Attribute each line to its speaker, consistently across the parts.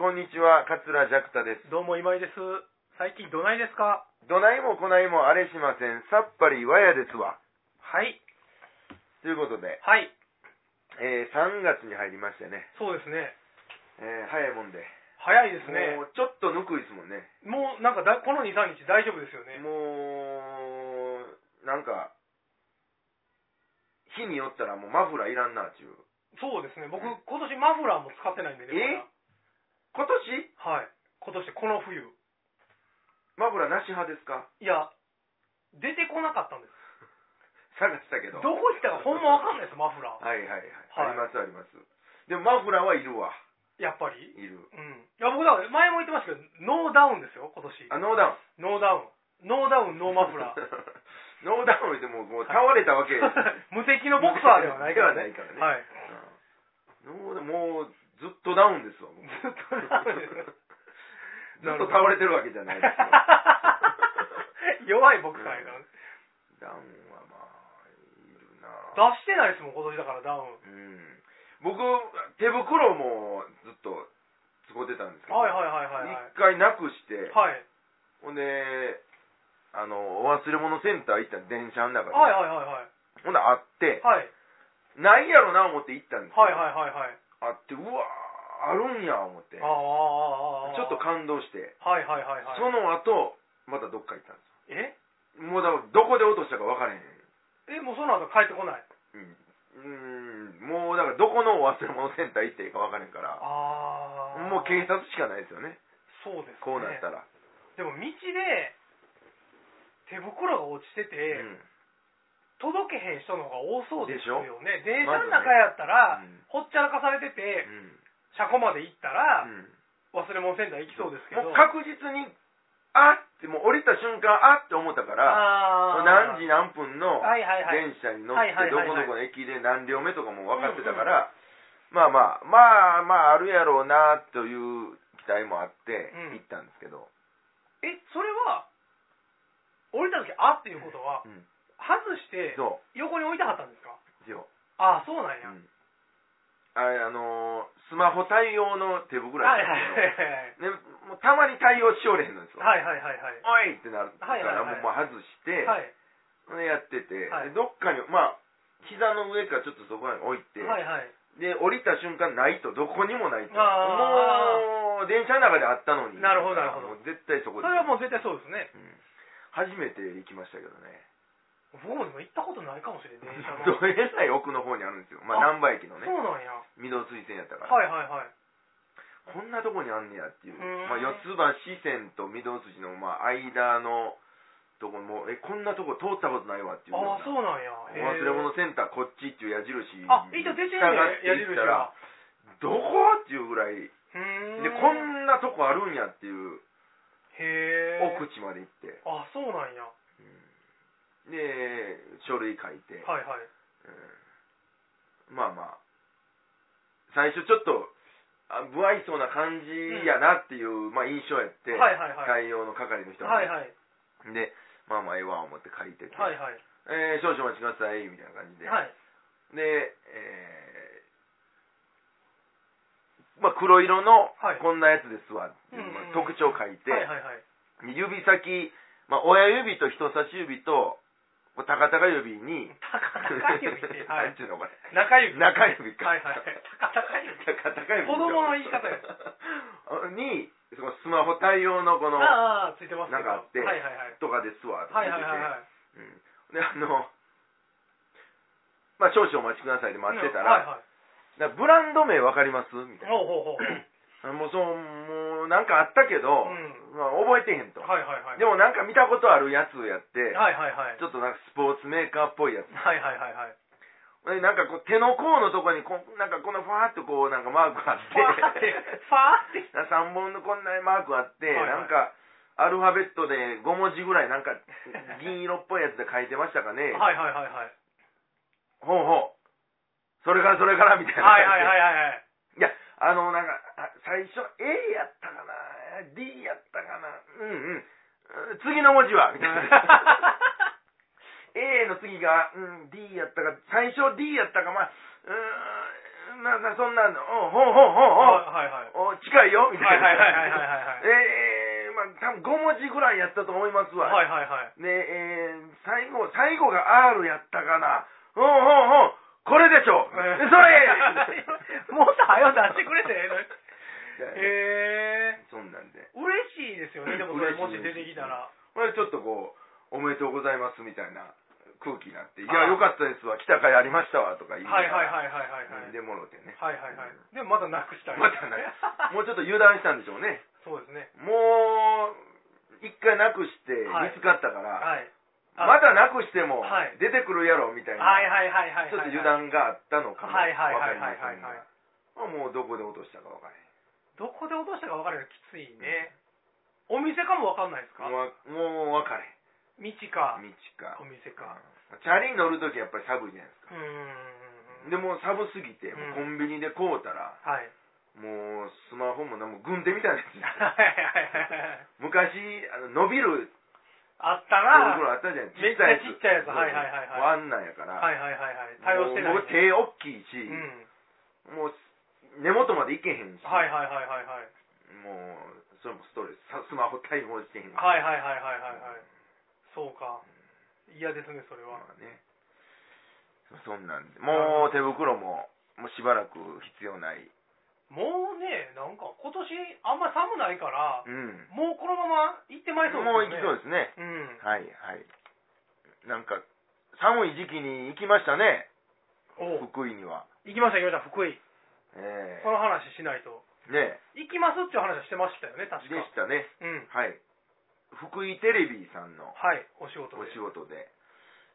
Speaker 1: こんにちは、桂ジャクタです。
Speaker 2: どうも今井です。最近どないですか
Speaker 1: どないもこないもあれしません。さっぱりわやですわ。
Speaker 2: はい。
Speaker 1: ということで、
Speaker 2: はい。
Speaker 1: えー、3月に入りましてね、
Speaker 2: そうですね。
Speaker 1: えー、早いもんで。
Speaker 2: 早いですね
Speaker 1: も。うちょっとぬくいですもんね。
Speaker 2: もうなんかだこの2、3日大丈夫ですよね。
Speaker 1: もう、なんか、日によったらもうマフラーいらんな、ちゅう。
Speaker 2: そうですね。僕、今年マフラーも使ってないんでね。
Speaker 1: え今年
Speaker 2: まだはい。今年この冬。
Speaker 1: マフラーなし派ですか
Speaker 2: いや、出てこなかったんです。
Speaker 1: 探したけど。
Speaker 2: どこ行ったかほんまわかんないです、マフラー。
Speaker 1: はいはいはい。
Speaker 2: はい
Speaker 1: ありますあります。でもマフラーはいるわ。
Speaker 2: やっぱり。
Speaker 1: いる。
Speaker 2: うん。いや、僕だから前も言ってましたけど、ノーダウンですよ、今年。
Speaker 1: あ、ノーダウン。
Speaker 2: ノーダウン。ノーダウン、ノーマフラー。
Speaker 1: ノーダウンでもうもう倒れたわけです。
Speaker 2: 無敵のボクサーではないからね。
Speaker 1: ではないからね
Speaker 2: はい。
Speaker 1: ノーダウンもうずっとダウンですわ。もう
Speaker 2: ずっとダウンですね
Speaker 1: ずっと倒れてるわけじゃないですよ。
Speaker 2: 弱いボクサーやからね
Speaker 1: ダウンはまあ、いるなぁ
Speaker 2: 出してないですもん今年だからダウン
Speaker 1: うん。僕、手袋もずっと使ってたんですけど、
Speaker 2: はいはいはいはいはい
Speaker 1: 一回なくして、
Speaker 2: はい
Speaker 1: ほんで、あの、お忘れ物センター行った電車の中で、
Speaker 2: はいはいはいはい
Speaker 1: ほんであって、
Speaker 2: はい
Speaker 1: ないやろな思って行ったんですよ。
Speaker 2: はいはいはいはい
Speaker 1: あって、うわぁ、あるんや思って、ち
Speaker 2: ああああああ
Speaker 1: ょっと感動して、
Speaker 2: はいはいはいはい
Speaker 1: その後、またどっか行ったんで
Speaker 2: え
Speaker 1: すよ。もうだからどこで落としたか分からへん。
Speaker 2: えもうその後帰ってこない
Speaker 1: うん。うんもうだからどこのお忘れ物センター行っていいか分からへんから、
Speaker 2: ああ
Speaker 1: もう警察しかないですよね。
Speaker 2: そうですね
Speaker 1: こうなったら。
Speaker 2: でも道で手袋が落ちてて、
Speaker 1: うん
Speaker 2: 届けへん人の方が多そうですよね電車
Speaker 1: ま
Speaker 2: の
Speaker 1: ずね
Speaker 2: 中やったら、
Speaker 1: うん
Speaker 2: ほっちゃらかされてて、車庫まで行った
Speaker 1: う
Speaker 2: ら、
Speaker 1: ん
Speaker 2: 忘れ物センター行きそうですけど
Speaker 1: もう確実に、あって、もう降りた瞬間、あって思ったから、
Speaker 2: あー
Speaker 1: 何時何分の
Speaker 2: はいはいはい
Speaker 1: 電車に乗って
Speaker 2: はい、はい
Speaker 1: ど
Speaker 2: はい
Speaker 1: こ
Speaker 2: はい
Speaker 1: どこの駅で何両目とかも分かってたから、まあまあ、まあまあ、あるやろうな、という期待もあって
Speaker 2: うん、
Speaker 1: 行ったんですけど、
Speaker 2: えそれは降りた時あっていうことは
Speaker 1: うん
Speaker 2: 外して
Speaker 1: そ
Speaker 2: 横に置いたかったんですか
Speaker 1: う、一応
Speaker 2: ああそうなんや、
Speaker 1: うんあれ、あのースマホ対応の手袋
Speaker 2: は
Speaker 1: や
Speaker 2: い
Speaker 1: っ
Speaker 2: は
Speaker 1: た
Speaker 2: い
Speaker 1: んですけど、ね、もうたまに対応しおれへんのですよ。
Speaker 2: はいはいはいはいはい
Speaker 1: おいってなるから、
Speaker 2: はいはいはい
Speaker 1: もう外して、
Speaker 2: はい
Speaker 1: でやってて、
Speaker 2: はい
Speaker 1: でどっかに、まあ、膝の上からちょっとそこに置いて、
Speaker 2: はいはい
Speaker 1: で、降りた瞬間ないと、どこにもないと。
Speaker 2: あ
Speaker 1: もう、電車の中であったのに。
Speaker 2: なるほどなるほど
Speaker 1: もう絶対そこ
Speaker 2: それ
Speaker 1: で。
Speaker 2: はもう絶対そうですね
Speaker 1: うん初めて行きましたけどね。
Speaker 2: 僕もでも行ったことないかもしれない電車の
Speaker 1: どえらい奥の方にあるんですよ。ま
Speaker 2: あ
Speaker 1: あ、南波駅のね
Speaker 2: そ、うなんやは
Speaker 1: 御堂筋線やったから。
Speaker 2: いはいはい
Speaker 1: こんなとこにあんねやっていう。
Speaker 2: うーん
Speaker 1: まあ、四つ橋線と御堂筋の、まあ、間のとこも、え、こんなとこ通ったことないわっていうような。
Speaker 2: ああそうなんや
Speaker 1: お
Speaker 2: へえ
Speaker 1: 忘れ物センターこっちっていう矢印に
Speaker 2: あ一応出てる
Speaker 1: 従
Speaker 2: ね
Speaker 1: って
Speaker 2: 矢
Speaker 1: いっ
Speaker 2: 印
Speaker 1: たら
Speaker 2: が
Speaker 1: どこっていうぐらいで
Speaker 2: で
Speaker 1: こんなとこあるんやっていう
Speaker 2: へえ
Speaker 1: 奥地まで行って
Speaker 2: あそうなんやは
Speaker 1: で書類書いて、
Speaker 2: いはい
Speaker 1: うんまあまあ最初ちょっとあ不愛想な感じやなっていう、まあ、印象やって、
Speaker 2: はいはいはい
Speaker 1: 対応の係の人が
Speaker 2: はい
Speaker 1: ね、
Speaker 2: はい
Speaker 1: でまあまあええわ思って書いてて、
Speaker 2: はいはい
Speaker 1: えー少々お待ちくださいみたいな感じで、
Speaker 2: はい
Speaker 1: で、えーまあ、黒色の
Speaker 2: はい
Speaker 1: こんなやつですわ、
Speaker 2: うんうん
Speaker 1: まあ特徴書いて、
Speaker 2: はいはいはい
Speaker 1: で指先、まあ、親指と人差し指とこう高々指に
Speaker 2: 高々指っては
Speaker 1: な
Speaker 2: い
Speaker 1: んていうのこれ
Speaker 2: 中指
Speaker 1: 中指か、
Speaker 2: はいはい高々指子
Speaker 1: 高々指
Speaker 2: 供の言い方や
Speaker 1: にそのスマホ対応のこの
Speaker 2: ああついてますけど
Speaker 1: なんかあって
Speaker 2: はいはいはい
Speaker 1: とかですわとか
Speaker 2: はい
Speaker 1: 言っ
Speaker 2: はい
Speaker 1: てて
Speaker 2: はいはい
Speaker 1: うんであのまあ、少々お待ちくださいで待って
Speaker 2: は
Speaker 1: た
Speaker 2: い
Speaker 1: ら、
Speaker 2: はい
Speaker 1: だからブランド名わかりますみたいな。
Speaker 2: ほうほうほう
Speaker 1: あもうそう、もうなんかあったけど、
Speaker 2: うん
Speaker 1: まあ、覚えてへんと、
Speaker 2: はいはいはい
Speaker 1: でもなんか見たことあるやつやって、
Speaker 2: はいはいはい
Speaker 1: ちょっとなんかスポーツメーカーっぽいやつ。
Speaker 2: はいはいはいはい
Speaker 1: でなんかこう手の甲のとこにこう、なんかこのファーっとこうなんかマークあって、
Speaker 2: ファーってファーって
Speaker 1: な3本のこんなマークあって、
Speaker 2: はいはい
Speaker 1: なんかアルファベットで5文字ぐらいなんか銀色っぽいやつで書いてましたかね。
Speaker 2: はいはいはいはい
Speaker 1: ほうほう。それからそれからみたいな感
Speaker 2: はい
Speaker 1: じで。
Speaker 2: はいはいはいはい
Speaker 1: いや、あの、なんか、あ最初、A やったかな、D やったかな、うんうん、次の文字は、みたい な。A の次が、うん、D やったか、最初 D やったか、まあ、うーん、ななそんなんのおうほう
Speaker 2: はいはいはい
Speaker 1: ほうほうほうおう近いよみたいな
Speaker 2: はいはいはいはいはいはい
Speaker 1: ええまあ多分5文字ぐらいやったと思いますわ、
Speaker 2: はいはいはい
Speaker 1: ねえー最後、最後が R やったかな。ほうほうほう、これでしょ。それ
Speaker 2: もっと早 う出してくれてええのに
Speaker 1: え
Speaker 2: へえ
Speaker 1: そんなんで。
Speaker 2: 嬉しいですよねでもそれもし出てきたら
Speaker 1: これちょっとこう、おめでとうございますみたいな空気になって、い
Speaker 2: あ
Speaker 1: や、
Speaker 2: あ
Speaker 1: よかったですわ、来た甲斐ありましたわ、とか言い
Speaker 2: はいはい
Speaker 1: い
Speaker 2: はいはいはいはい
Speaker 1: でもろてね。
Speaker 2: はいはいはいでもまだなくしたい
Speaker 1: またなもうちょっと油断したんでしょうね。
Speaker 2: そうですね
Speaker 1: もう、一回なくして
Speaker 2: はい
Speaker 1: 見つかったから、
Speaker 2: はいあ
Speaker 1: まだなくしても
Speaker 2: はい
Speaker 1: 出てくるやろ、みたいな。
Speaker 2: はいはいはいはいはい
Speaker 1: ちょっと油断があったのかも。
Speaker 2: はいはいはいはい
Speaker 1: わか
Speaker 2: は
Speaker 1: り
Speaker 2: い
Speaker 1: ま
Speaker 2: は
Speaker 1: せん
Speaker 2: い
Speaker 1: がまあもうどこで落としたかわからへん。
Speaker 2: どこで落としたか分からないきついねお店かも分かんないですか道
Speaker 1: わもう分かれへん。
Speaker 2: か
Speaker 1: 道か
Speaker 2: お。店か
Speaker 1: チャリに乗るときやっぱり寒いじゃないです
Speaker 2: うーん
Speaker 1: か。でもう寒すぎて、
Speaker 2: うん
Speaker 1: もうコンビニで買うたら、
Speaker 2: はい
Speaker 1: もうスマホもなんも軍手みたいなやつ。昔、あの伸びる
Speaker 2: あった
Speaker 1: ゴ
Speaker 2: な
Speaker 1: ロゴロあったじゃない
Speaker 2: めっちゃちっちゃいやつ
Speaker 1: そう
Speaker 2: はいはいはいはい
Speaker 1: もうあんなんやから。
Speaker 2: はいはいはいはい対応してない
Speaker 1: もう僕手大きいし、
Speaker 2: うん
Speaker 1: もう根元までいけへんし、
Speaker 2: はいはいはいはいはい
Speaker 1: もうそれもストレス。さスマホ対応してへんし
Speaker 2: はいはいはいはいはいはいそうか嫌ですねそれは
Speaker 1: まあね、そんなんで、もう手袋も、もうしばらく必要ない、
Speaker 2: もうねなんか今年あんま寒ないから
Speaker 1: うん、
Speaker 2: もうこのまま行ってまいそうですよね
Speaker 1: もう行きそうですね、
Speaker 2: うん
Speaker 1: はいはい、なんか、寒い時期に行きましたね、
Speaker 2: おう
Speaker 1: 福井には。
Speaker 2: 行きました行きました福井
Speaker 1: え
Speaker 2: この話しないと
Speaker 1: えね
Speaker 2: 行きますっていう話はしてましたよね
Speaker 1: で
Speaker 2: 確か
Speaker 1: したね、
Speaker 2: うん
Speaker 1: はい、福井テレビさんの
Speaker 2: はいお仕事
Speaker 1: お
Speaker 2: で
Speaker 1: 仕事で、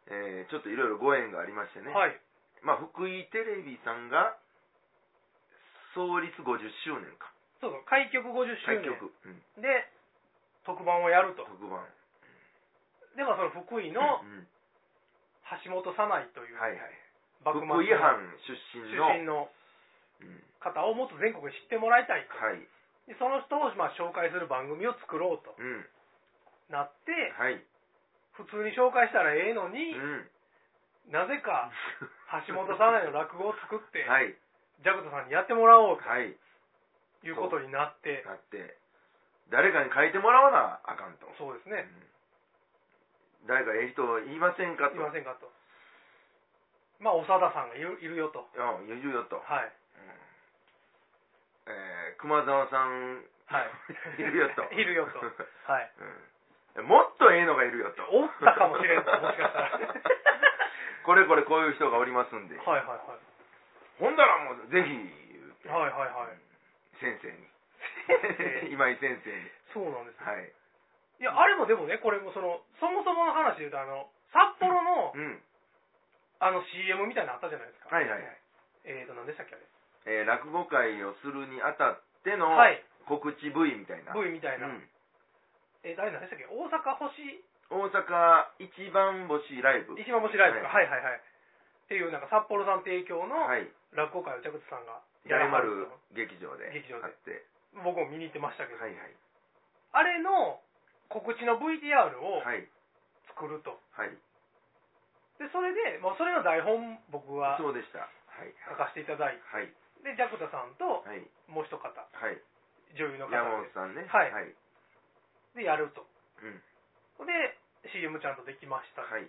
Speaker 1: えーちょっといろいろご縁がありましてね、
Speaker 2: はい
Speaker 1: まあ、福井テレビさんが創立50周年か、
Speaker 2: そうそう開局50周
Speaker 1: 開
Speaker 2: 年
Speaker 1: 局、うん、
Speaker 2: で特番をやると
Speaker 1: 特番。
Speaker 2: でまあその福井の
Speaker 1: うんうん
Speaker 2: 橋本早苗という
Speaker 1: はいはい
Speaker 2: 幕
Speaker 1: 福
Speaker 2: 末
Speaker 1: 井藩出
Speaker 2: 出
Speaker 1: 身の、
Speaker 2: 身の
Speaker 1: うん
Speaker 2: 方をもっと全国に知ってもらいたいと
Speaker 1: はい、
Speaker 2: でその人をまあ紹介する番組を作ろうと
Speaker 1: うん、
Speaker 2: なって
Speaker 1: はい、
Speaker 2: 普通に紹介したらええの
Speaker 1: う
Speaker 2: に、
Speaker 1: ん、
Speaker 2: なぜか橋本さんの落語を作って、
Speaker 1: はい、
Speaker 2: ジャクタさんにやってもらおう
Speaker 1: はい、
Speaker 2: ということになって
Speaker 1: だって、誰かに書いてもらわなあかんと、
Speaker 2: そうですね
Speaker 1: うん誰かええ人いませんか
Speaker 2: い
Speaker 1: と、
Speaker 2: ませんかとまあ長田さんがいるいるよと
Speaker 1: うん、言うよと、
Speaker 2: はい
Speaker 1: えー熊沢さん、
Speaker 2: はい
Speaker 1: いるよと、
Speaker 2: いるよとはい
Speaker 1: うんもっとええのがいるよと、
Speaker 2: おったかもしれんともしかしたら
Speaker 1: これこれこういう人がおりますんで、
Speaker 2: はいはい
Speaker 1: ほんだらもうぜひ言うて、
Speaker 2: はいはいはいはい
Speaker 1: 先生に。
Speaker 2: 先生
Speaker 1: 今井先生に。
Speaker 2: そうなんです、
Speaker 1: はい。
Speaker 2: い、やあれもでもねこれもそのそもそもの話で言うとあの札幌の
Speaker 1: うん。
Speaker 2: あの CM みたいなのあったじゃないですか
Speaker 1: はいはいはい。
Speaker 2: えーと何でしたっけあれ
Speaker 1: えー落語会をするにあたっての
Speaker 2: はい
Speaker 1: 告知部位みたいな。
Speaker 2: V みたいな、
Speaker 1: うん
Speaker 2: えー、誰なんでしたっけ大阪星
Speaker 1: 大阪一番星ライブ。
Speaker 2: 一番星ライブか、
Speaker 1: は
Speaker 2: はい、はいはいっていうなんか札幌さん提供の
Speaker 1: はい。
Speaker 2: 落語会をジャクタさんが
Speaker 1: やれま
Speaker 2: や
Speaker 1: る
Speaker 2: らは
Speaker 1: 劇場で。
Speaker 2: 劇場で
Speaker 1: あって。
Speaker 2: 僕も見に行ってましたけど、
Speaker 1: はいはい。
Speaker 2: あれの告知の VTR を
Speaker 1: はい。
Speaker 2: 作ると、
Speaker 1: はい。
Speaker 2: でそれで、まあ、それの台本僕は
Speaker 1: そうでした。はい。
Speaker 2: 書かせていただい
Speaker 1: はい。
Speaker 2: てでジャクタさんと
Speaker 1: はい。
Speaker 2: もう一方
Speaker 1: はい。
Speaker 2: 女優の
Speaker 1: 山
Speaker 2: 方
Speaker 1: 本さんね。
Speaker 2: はい
Speaker 1: はい。
Speaker 2: ででやると
Speaker 1: うん。
Speaker 2: で CM ちゃんとできました、
Speaker 1: はい。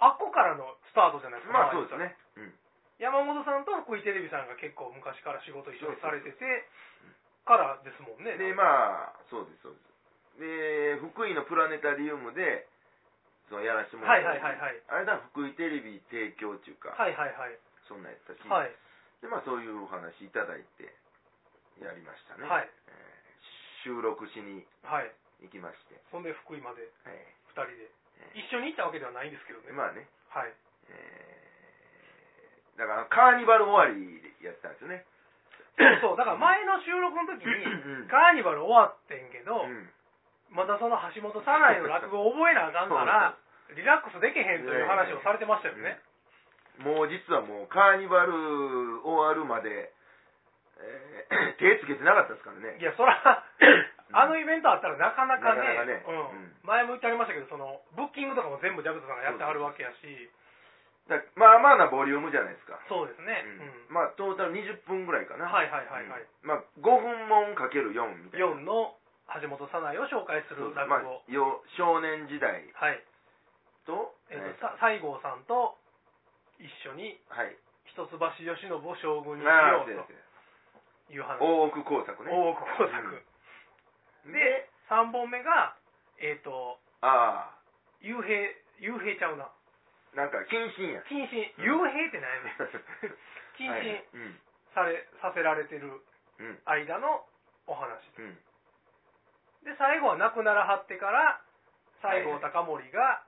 Speaker 2: あっこからのスタートじゃないですか
Speaker 1: まあそうですね。うん。
Speaker 2: 山本さんと福井テレビさんが結構昔から仕事一緒にされててからですもんね
Speaker 1: で、まあ、そうです、そうです。で、福井のプラネタリウムで、そのやらしてもらった
Speaker 2: はいはいはいはい
Speaker 1: あれだ、福井テレビ提供っていうか、
Speaker 2: はいはいはい
Speaker 1: そんなんやったし、
Speaker 2: はい
Speaker 1: で、まあそういうお話いただいて、やりましたね。
Speaker 2: はい
Speaker 1: えー収録しに
Speaker 2: はい
Speaker 1: 行きまして、
Speaker 2: そんで福井まで
Speaker 1: え
Speaker 2: 2人で
Speaker 1: え
Speaker 2: 一緒に行ったわけではないんですけど
Speaker 1: ーで
Speaker 2: ね
Speaker 1: まあね、
Speaker 2: はい
Speaker 1: えーだからカーニバル終わりやったんですよね。
Speaker 2: そうだから前の収録の時
Speaker 1: うん
Speaker 2: にカーニバル終わってんけど
Speaker 1: うん
Speaker 2: またその橋本さないの落語を覚えなあかんからリラックスできへんという話をされてましたよね
Speaker 1: もう実はもうカーニバル終わるまで、えー手つけてなかったですからね
Speaker 2: い。やそらあのイベントあったらなかなかね
Speaker 1: なかなかね
Speaker 2: うん
Speaker 1: うん
Speaker 2: 前も言ってありましたけどそのブッキングとかも全部ジャグザさんがやってはるわけやし
Speaker 1: だまあまあなボリュームじゃないですか。
Speaker 2: そうですね。
Speaker 1: う
Speaker 2: うん。
Speaker 1: んまあトータル20分ぐらいかな。
Speaker 2: はいはいはいはい。
Speaker 1: うんまあ5分もんかける4みたいな。
Speaker 2: 4の橋本早苗を紹介す
Speaker 1: そ
Speaker 2: る
Speaker 1: うま
Speaker 2: 落語。、
Speaker 1: あよ少年時代
Speaker 2: はい。
Speaker 1: と、
Speaker 2: えっと、さ西郷さんと一緒に
Speaker 1: はい。
Speaker 2: 一橋慶喜を将軍にしよ
Speaker 1: ああ、そう
Speaker 2: う
Speaker 1: ですね
Speaker 2: という話。
Speaker 1: 大奥工作ね。
Speaker 2: 大奥工作。で、3本目が、えっと、
Speaker 1: ああ、
Speaker 2: 幽閉、幽閉ちゃうな。
Speaker 1: なんか謹慎や。
Speaker 2: 謹慎。
Speaker 1: うん
Speaker 2: 幽閉って何やねん。謹
Speaker 1: はい
Speaker 2: 慎され、させられてる
Speaker 1: うん。うん。
Speaker 2: 間のお話。
Speaker 1: うん。
Speaker 2: で、最後は亡くならはってから、西郷隆盛が、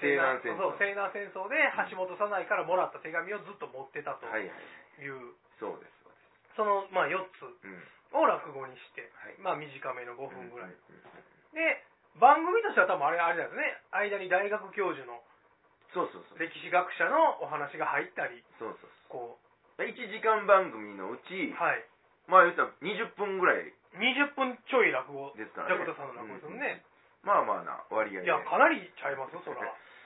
Speaker 1: 西南戦
Speaker 2: そう
Speaker 1: 争。
Speaker 2: 西南戦争で橋本早苗からもらった手紙をずっと持ってたと
Speaker 1: はいはい。
Speaker 2: いう、
Speaker 1: そうです。そうで
Speaker 2: その、まあ、4つ
Speaker 1: すうん。
Speaker 2: を落語にして、
Speaker 1: はい。
Speaker 2: まあ、短めの5分ぐらい、
Speaker 1: うんうんうん
Speaker 2: で番組としては多分あれあれだよね間に大学教授の
Speaker 1: そうそうそう。
Speaker 2: 歴史学者のお話が入ったり
Speaker 1: そうそう
Speaker 2: こう
Speaker 1: そう。1時間番組のうち、
Speaker 2: はい
Speaker 1: まあ言ったら20分ぐらい
Speaker 2: 20分ちょい落語
Speaker 1: ですからね。
Speaker 2: ジャクタさんの落語ですもんね
Speaker 1: うん。まあまあな、割合
Speaker 2: い
Speaker 1: で。
Speaker 2: やかなりちゃいますよそら、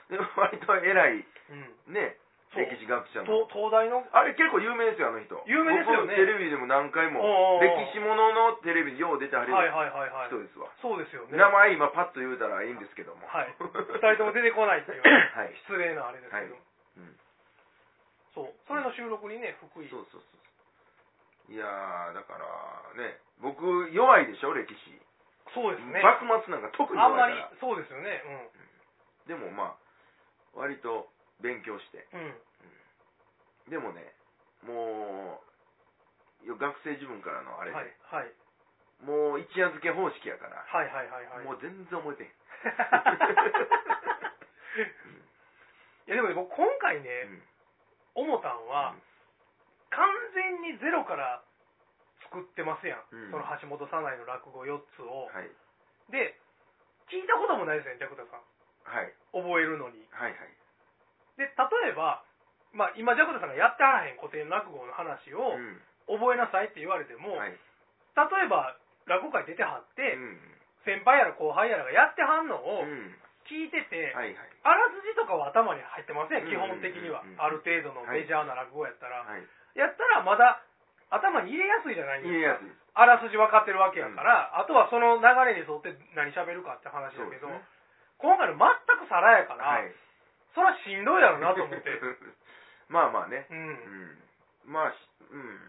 Speaker 1: でも割と偉い、
Speaker 2: うん、
Speaker 1: ね、
Speaker 2: そう
Speaker 1: 歴史学者の。
Speaker 2: 東東大の
Speaker 1: あれ結構有名ですよ、あの人。
Speaker 2: 有名ですよね
Speaker 1: 僕テレビでも何回
Speaker 2: おうおうお
Speaker 1: も、
Speaker 2: う
Speaker 1: 歴史もののテレビによう出ては
Speaker 2: はい
Speaker 1: る
Speaker 2: はいはいはい
Speaker 1: 人ですわ。
Speaker 2: そうですよね
Speaker 1: 名前今パッと言うたらいいんですけども。
Speaker 2: はい2人と も出てこないっていう
Speaker 1: はい。
Speaker 2: 失礼なあれですけど、
Speaker 1: はいうん
Speaker 2: そうそれの収録にね福井
Speaker 1: そうそうそう。いやー、だからね、僕弱いでしょ、歴史。
Speaker 2: そうですね
Speaker 1: 幕末なんか特に
Speaker 2: あん
Speaker 1: 弱
Speaker 2: ま
Speaker 1: い
Speaker 2: り
Speaker 1: から。
Speaker 2: そうですよねうん
Speaker 1: でもまあ、割と勉強して。
Speaker 2: うん、
Speaker 1: でもね、もう、よ学生自分からのあれで、
Speaker 2: はい、はい、
Speaker 1: もう一夜漬け方式やから、
Speaker 2: はいはいはいはい
Speaker 1: もう全然覚えてへ
Speaker 2: いや
Speaker 1: ん。
Speaker 2: でもね僕今回
Speaker 1: う
Speaker 2: ね、
Speaker 1: ん
Speaker 2: おもたんは
Speaker 1: うん
Speaker 2: 完全にゼロから作ってますやん、
Speaker 1: うん
Speaker 2: その橋本早苗の落語4つを、
Speaker 1: はい。
Speaker 2: で聞いたこともないですねジャクタさん
Speaker 1: はい。
Speaker 2: 覚えるのに
Speaker 1: はいはい。
Speaker 2: で例えば、まあ、今ジャクタさんがやってはらへん古典落語の話を
Speaker 1: うん
Speaker 2: 覚えなさいって言われても、
Speaker 1: はい。
Speaker 2: 例えば落語会出てはっ
Speaker 1: う
Speaker 2: て、
Speaker 1: ん。
Speaker 2: 先輩やら後輩やらがやってはんのを
Speaker 1: うん
Speaker 2: 聞いてて、
Speaker 1: はいはい。
Speaker 2: あらすじとかは頭に入ってますね、
Speaker 1: うん
Speaker 2: 基本的には
Speaker 1: うん。
Speaker 2: ある程度のメジャーな落語やったら。
Speaker 1: はい。
Speaker 2: やったらまだ頭に入れやすいじゃないです
Speaker 1: 言えや
Speaker 2: か。
Speaker 1: すいです。
Speaker 2: あらすじ分かってるわけやから、あとはその流れに沿って何喋るかって話だ
Speaker 1: そう
Speaker 2: け
Speaker 1: です
Speaker 2: ど、
Speaker 1: ね。
Speaker 2: 今回の全くさらやから、
Speaker 1: はい。
Speaker 2: それはしんどいやろなと思 って。う。
Speaker 1: まあまあね。うんん。まあ、しうん。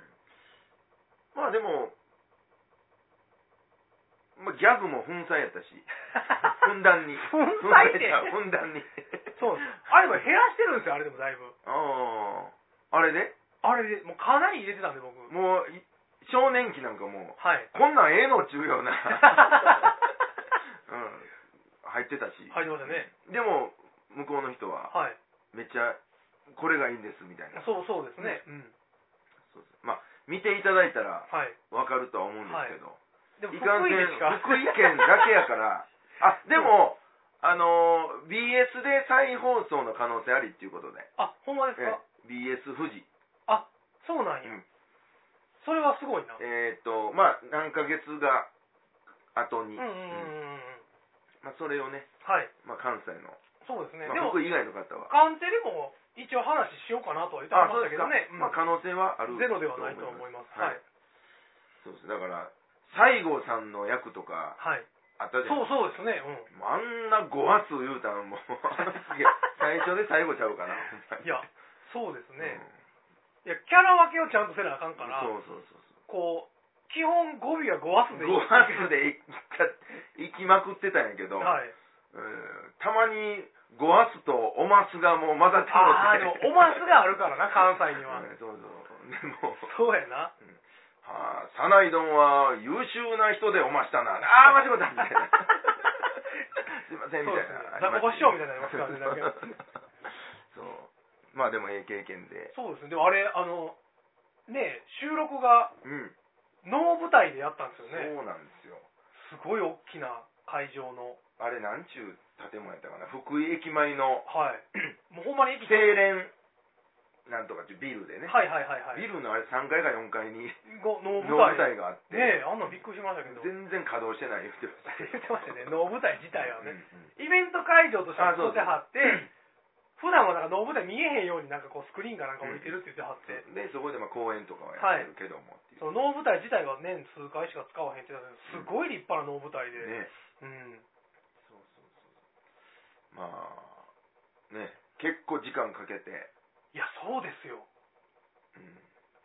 Speaker 1: まあでも、まあ、ギャグもふんさんや ったし、ふんだんに。
Speaker 2: ふんさいっ
Speaker 1: ふん
Speaker 2: て
Speaker 1: ち。ゃ うふんだんに。
Speaker 2: そうです。あれも減らしてるんですよ、あれでもだいぶ。
Speaker 1: ああ。あれで
Speaker 2: あれで、もうかなり入れてたんで僕。は
Speaker 1: もう、い少年期なんかもう、
Speaker 2: い。
Speaker 1: こんなんええのっちゅうような。 うん。入ってたし。
Speaker 2: 入ってましたね。
Speaker 1: でも、向こうの人は、
Speaker 2: はい。
Speaker 1: めっちゃ、これがいいんです、みたいな。
Speaker 2: そうそうですね。うん。
Speaker 1: そうですまあ、見ていただいたら、
Speaker 2: はい。
Speaker 1: わかるとは思うんですけど。
Speaker 2: でも
Speaker 1: い
Speaker 2: 福
Speaker 1: かんせ
Speaker 2: 井で
Speaker 1: ん
Speaker 2: しか。
Speaker 1: 福井県だけやから。 あ、でも、あのー、BS で再放送の可能性ありっていうことで。
Speaker 2: あ、ほんまです
Speaker 1: え
Speaker 2: か
Speaker 1: え BS 富士。
Speaker 2: あ、そうなんや。
Speaker 1: うん
Speaker 2: それはすごいな。うん
Speaker 1: えっ、と、まあ、何ヶ月が後に、
Speaker 2: うんうんうん。
Speaker 1: まあ、それをね、
Speaker 2: はい。
Speaker 1: まあ、関西の、
Speaker 2: そうですね。で
Speaker 1: まあ、
Speaker 2: も
Speaker 1: 福、井以外の方は。
Speaker 2: カンテレも一応話しようかなとは言ってましたけどね。うん
Speaker 1: まあ、可能性はある。
Speaker 2: ゼロではないとは思います。はい。
Speaker 1: そうです。だから、西郷さんの役とか、
Speaker 2: はい。
Speaker 1: あっ
Speaker 2: そう
Speaker 1: たじゃない
Speaker 2: そうですね。うん。
Speaker 1: もうあんなご発言うたらも う、あの時最初で最後ちゃうかな。ほんまに
Speaker 2: いや、そうですね。
Speaker 1: うん
Speaker 2: いや、キャラ分けをちゃんとせなあかんから、
Speaker 1: そうそうそうそ
Speaker 2: こう、基本語尾は5話
Speaker 1: う
Speaker 2: でいい。
Speaker 1: ご飯で行った行きまくってたんやけど、
Speaker 2: はい。
Speaker 1: うんたまにごわすとおますがもう混ざって
Speaker 2: ああ、で
Speaker 1: も
Speaker 2: も
Speaker 1: う、て
Speaker 2: おますがあるからな、関西には。
Speaker 1: うんそうそうでも
Speaker 2: そうやな。
Speaker 1: はあサナイドンは優秀な人でおましたなああ間違ったみ たいな すいませんみたいな
Speaker 2: そうですね雑魚師匠みたいになりますからねなんか
Speaker 1: そうまあでもええ経験で
Speaker 2: そうですね。でもあれ、あの、ねえ収録が
Speaker 1: うん
Speaker 2: 能舞台でやったんです
Speaker 1: そ
Speaker 2: よね。
Speaker 1: うなんですよ
Speaker 2: すごい大きな会場の、
Speaker 1: あれなんちゅう建物やったかな福井駅前の
Speaker 2: はい。 もうほんまに駅
Speaker 1: 清廉なんとかっていうビルでね、
Speaker 2: はいはいはいはい。
Speaker 1: ビルのあれ3階か4階に
Speaker 2: ご能舞
Speaker 1: 能舞
Speaker 2: 台。
Speaker 1: 台があって、
Speaker 2: ねえ、あんなびっくりしましたけど。言
Speaker 1: 全然稼働してない言ってま
Speaker 2: ってましたね、能舞台自体は
Speaker 1: うん
Speaker 2: ね。
Speaker 1: うん
Speaker 2: イベント会場として
Speaker 1: あ
Speaker 2: は
Speaker 1: そうそう
Speaker 2: ってはって、普段はなんかノーブで見えへんようになんかこうスクリーンがなんか置いてるって言ってはって、
Speaker 1: でそこでまあ公演とかはやってるけどもっていう、
Speaker 2: その能舞台自体は年数回しか使わへんって言ってたけどすごい立派な能舞台で、
Speaker 1: ね
Speaker 2: うん
Speaker 1: そうそうそうまあね結構時間かけて、
Speaker 2: いやそうですよ
Speaker 1: うん、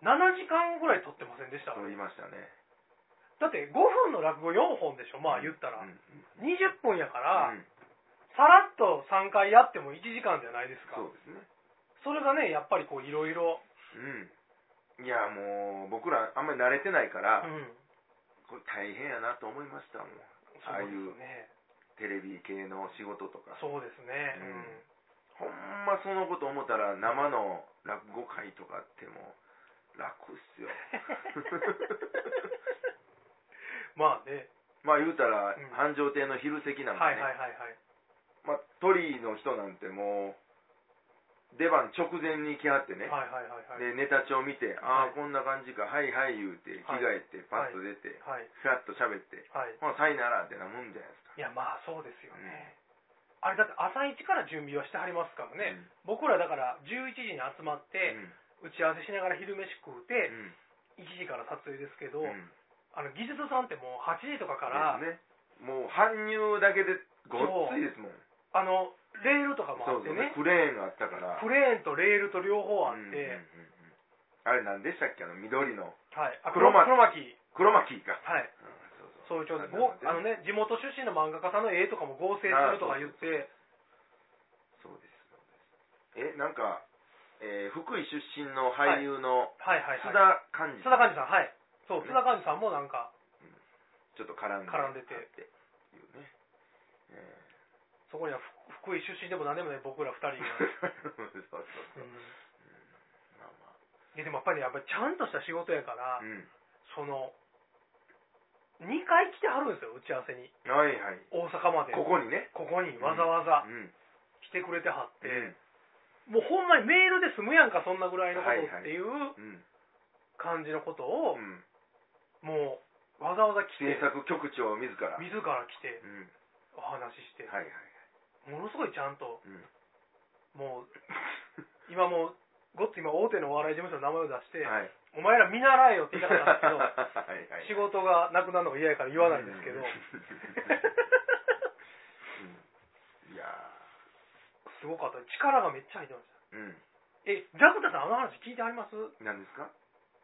Speaker 2: 7時間ぐらい撮ってませんでした
Speaker 1: 撮りましたね
Speaker 2: だって5分の落語4本でしょまあ言ったら、
Speaker 1: うんうん
Speaker 2: 20分やから、
Speaker 1: うん
Speaker 2: さらっと3回やっても1時間じゃないですか
Speaker 1: そうですね
Speaker 2: それがねやっぱりこういろいろ
Speaker 1: うんいやもう僕らあんまり慣れてないか
Speaker 2: う
Speaker 1: ら、
Speaker 2: ん
Speaker 1: これ大変やなと思いましたもんああい
Speaker 2: そうで
Speaker 1: う
Speaker 2: すね
Speaker 1: テレビ系の仕事とか
Speaker 2: そうですね
Speaker 1: うんほんまそのこと思ったら生の落語会とかあっても楽っ すよ
Speaker 2: うんまあね
Speaker 1: まあ言うたら
Speaker 2: うん
Speaker 1: 繁盛亭の昼席なんか
Speaker 2: はい
Speaker 1: ね、
Speaker 2: はいはいはい
Speaker 1: まあ、鳥の人なんてもう出番直前に来はってね、
Speaker 2: はいはいはいはい
Speaker 1: でネタ帳見て、
Speaker 2: はい
Speaker 1: ああこんな感じかはいはい言うて
Speaker 2: は
Speaker 1: 着
Speaker 2: い
Speaker 1: 替えてパッと出て、
Speaker 2: はい
Speaker 1: ふらっと喋って
Speaker 2: はい
Speaker 1: ほなさいならってなもんじゃないですか
Speaker 2: いやまあそうですよね、あれだって朝一から準備はしてはりますからね、
Speaker 1: うん
Speaker 2: 僕らだから11時に集まっ
Speaker 1: う
Speaker 2: て、
Speaker 1: ん
Speaker 2: 打ち合わせしながら昼飯食うて、1時から撮影ですけど、
Speaker 1: うんうん
Speaker 2: あの技術さんってもう8時とかから、
Speaker 1: ですねもう搬入だけでごっついですもん
Speaker 2: あのレールとかもあっ
Speaker 1: そ
Speaker 2: て
Speaker 1: うそう
Speaker 2: ね
Speaker 1: クレーンがあったから
Speaker 2: クレーンとレールと両方あって、
Speaker 1: うんうんうんうんあれ何でしたっけあの緑の
Speaker 2: はい、あ
Speaker 1: 黒巻
Speaker 2: 黒巻
Speaker 1: 黒巻か、
Speaker 2: はい
Speaker 1: うんそう
Speaker 2: そ
Speaker 1: そう
Speaker 2: ういうちょうど
Speaker 1: あ
Speaker 2: ごあの
Speaker 1: なんか
Speaker 2: ね
Speaker 1: ね
Speaker 2: 地元出身の漫画家さんの絵とかも合成するとか言って
Speaker 1: そうですそうですえなんか、えー福井出身の俳優の
Speaker 2: はいはい
Speaker 1: 須
Speaker 2: はい
Speaker 1: 田寛治
Speaker 2: 須田寛治さんはいそう
Speaker 1: ね
Speaker 2: 須田寛治さんもなんか
Speaker 1: ちょっと絡んで
Speaker 2: 絡んでて
Speaker 1: っていうね、え
Speaker 2: そこには福福井出身でも何でもない僕ら2人
Speaker 1: ー
Speaker 2: が、、
Speaker 1: そうそうそううんまあま
Speaker 2: いやでもやっぱりやっぱりちゃんとした仕事やから、
Speaker 1: あうん
Speaker 2: その2回来てはるんですよ打ち合わせに
Speaker 1: はいはい
Speaker 2: 大阪まで
Speaker 1: ここにね
Speaker 2: ここにわざわざ
Speaker 1: うん
Speaker 2: 来てくれてはって、
Speaker 1: うん
Speaker 2: もうほんまにメールで済むやんかそんなぐらいのこ
Speaker 1: はい
Speaker 2: と
Speaker 1: はい
Speaker 2: っていう
Speaker 1: うん
Speaker 2: 感じのことを、
Speaker 1: うん
Speaker 2: もうわざわざ来
Speaker 1: 制
Speaker 2: て
Speaker 1: 作局長自ら
Speaker 2: 自ら来て
Speaker 1: うん
Speaker 2: お話しして、
Speaker 1: はいはいはい
Speaker 2: ものすごいちゃんと
Speaker 1: うん
Speaker 2: もう今もうごっつ今大手のお笑い事務所の名前を出して、
Speaker 1: はい
Speaker 2: お前ら見習えよって言いたかったんです
Speaker 1: はいはい
Speaker 2: けど仕事がなくなるのが嫌やから言わないん ですけど、
Speaker 1: うんいや
Speaker 2: すごかった力がめっちゃ入ってました
Speaker 1: ーうん
Speaker 2: えジャクタさんあの話聞いてあります
Speaker 1: 何ですか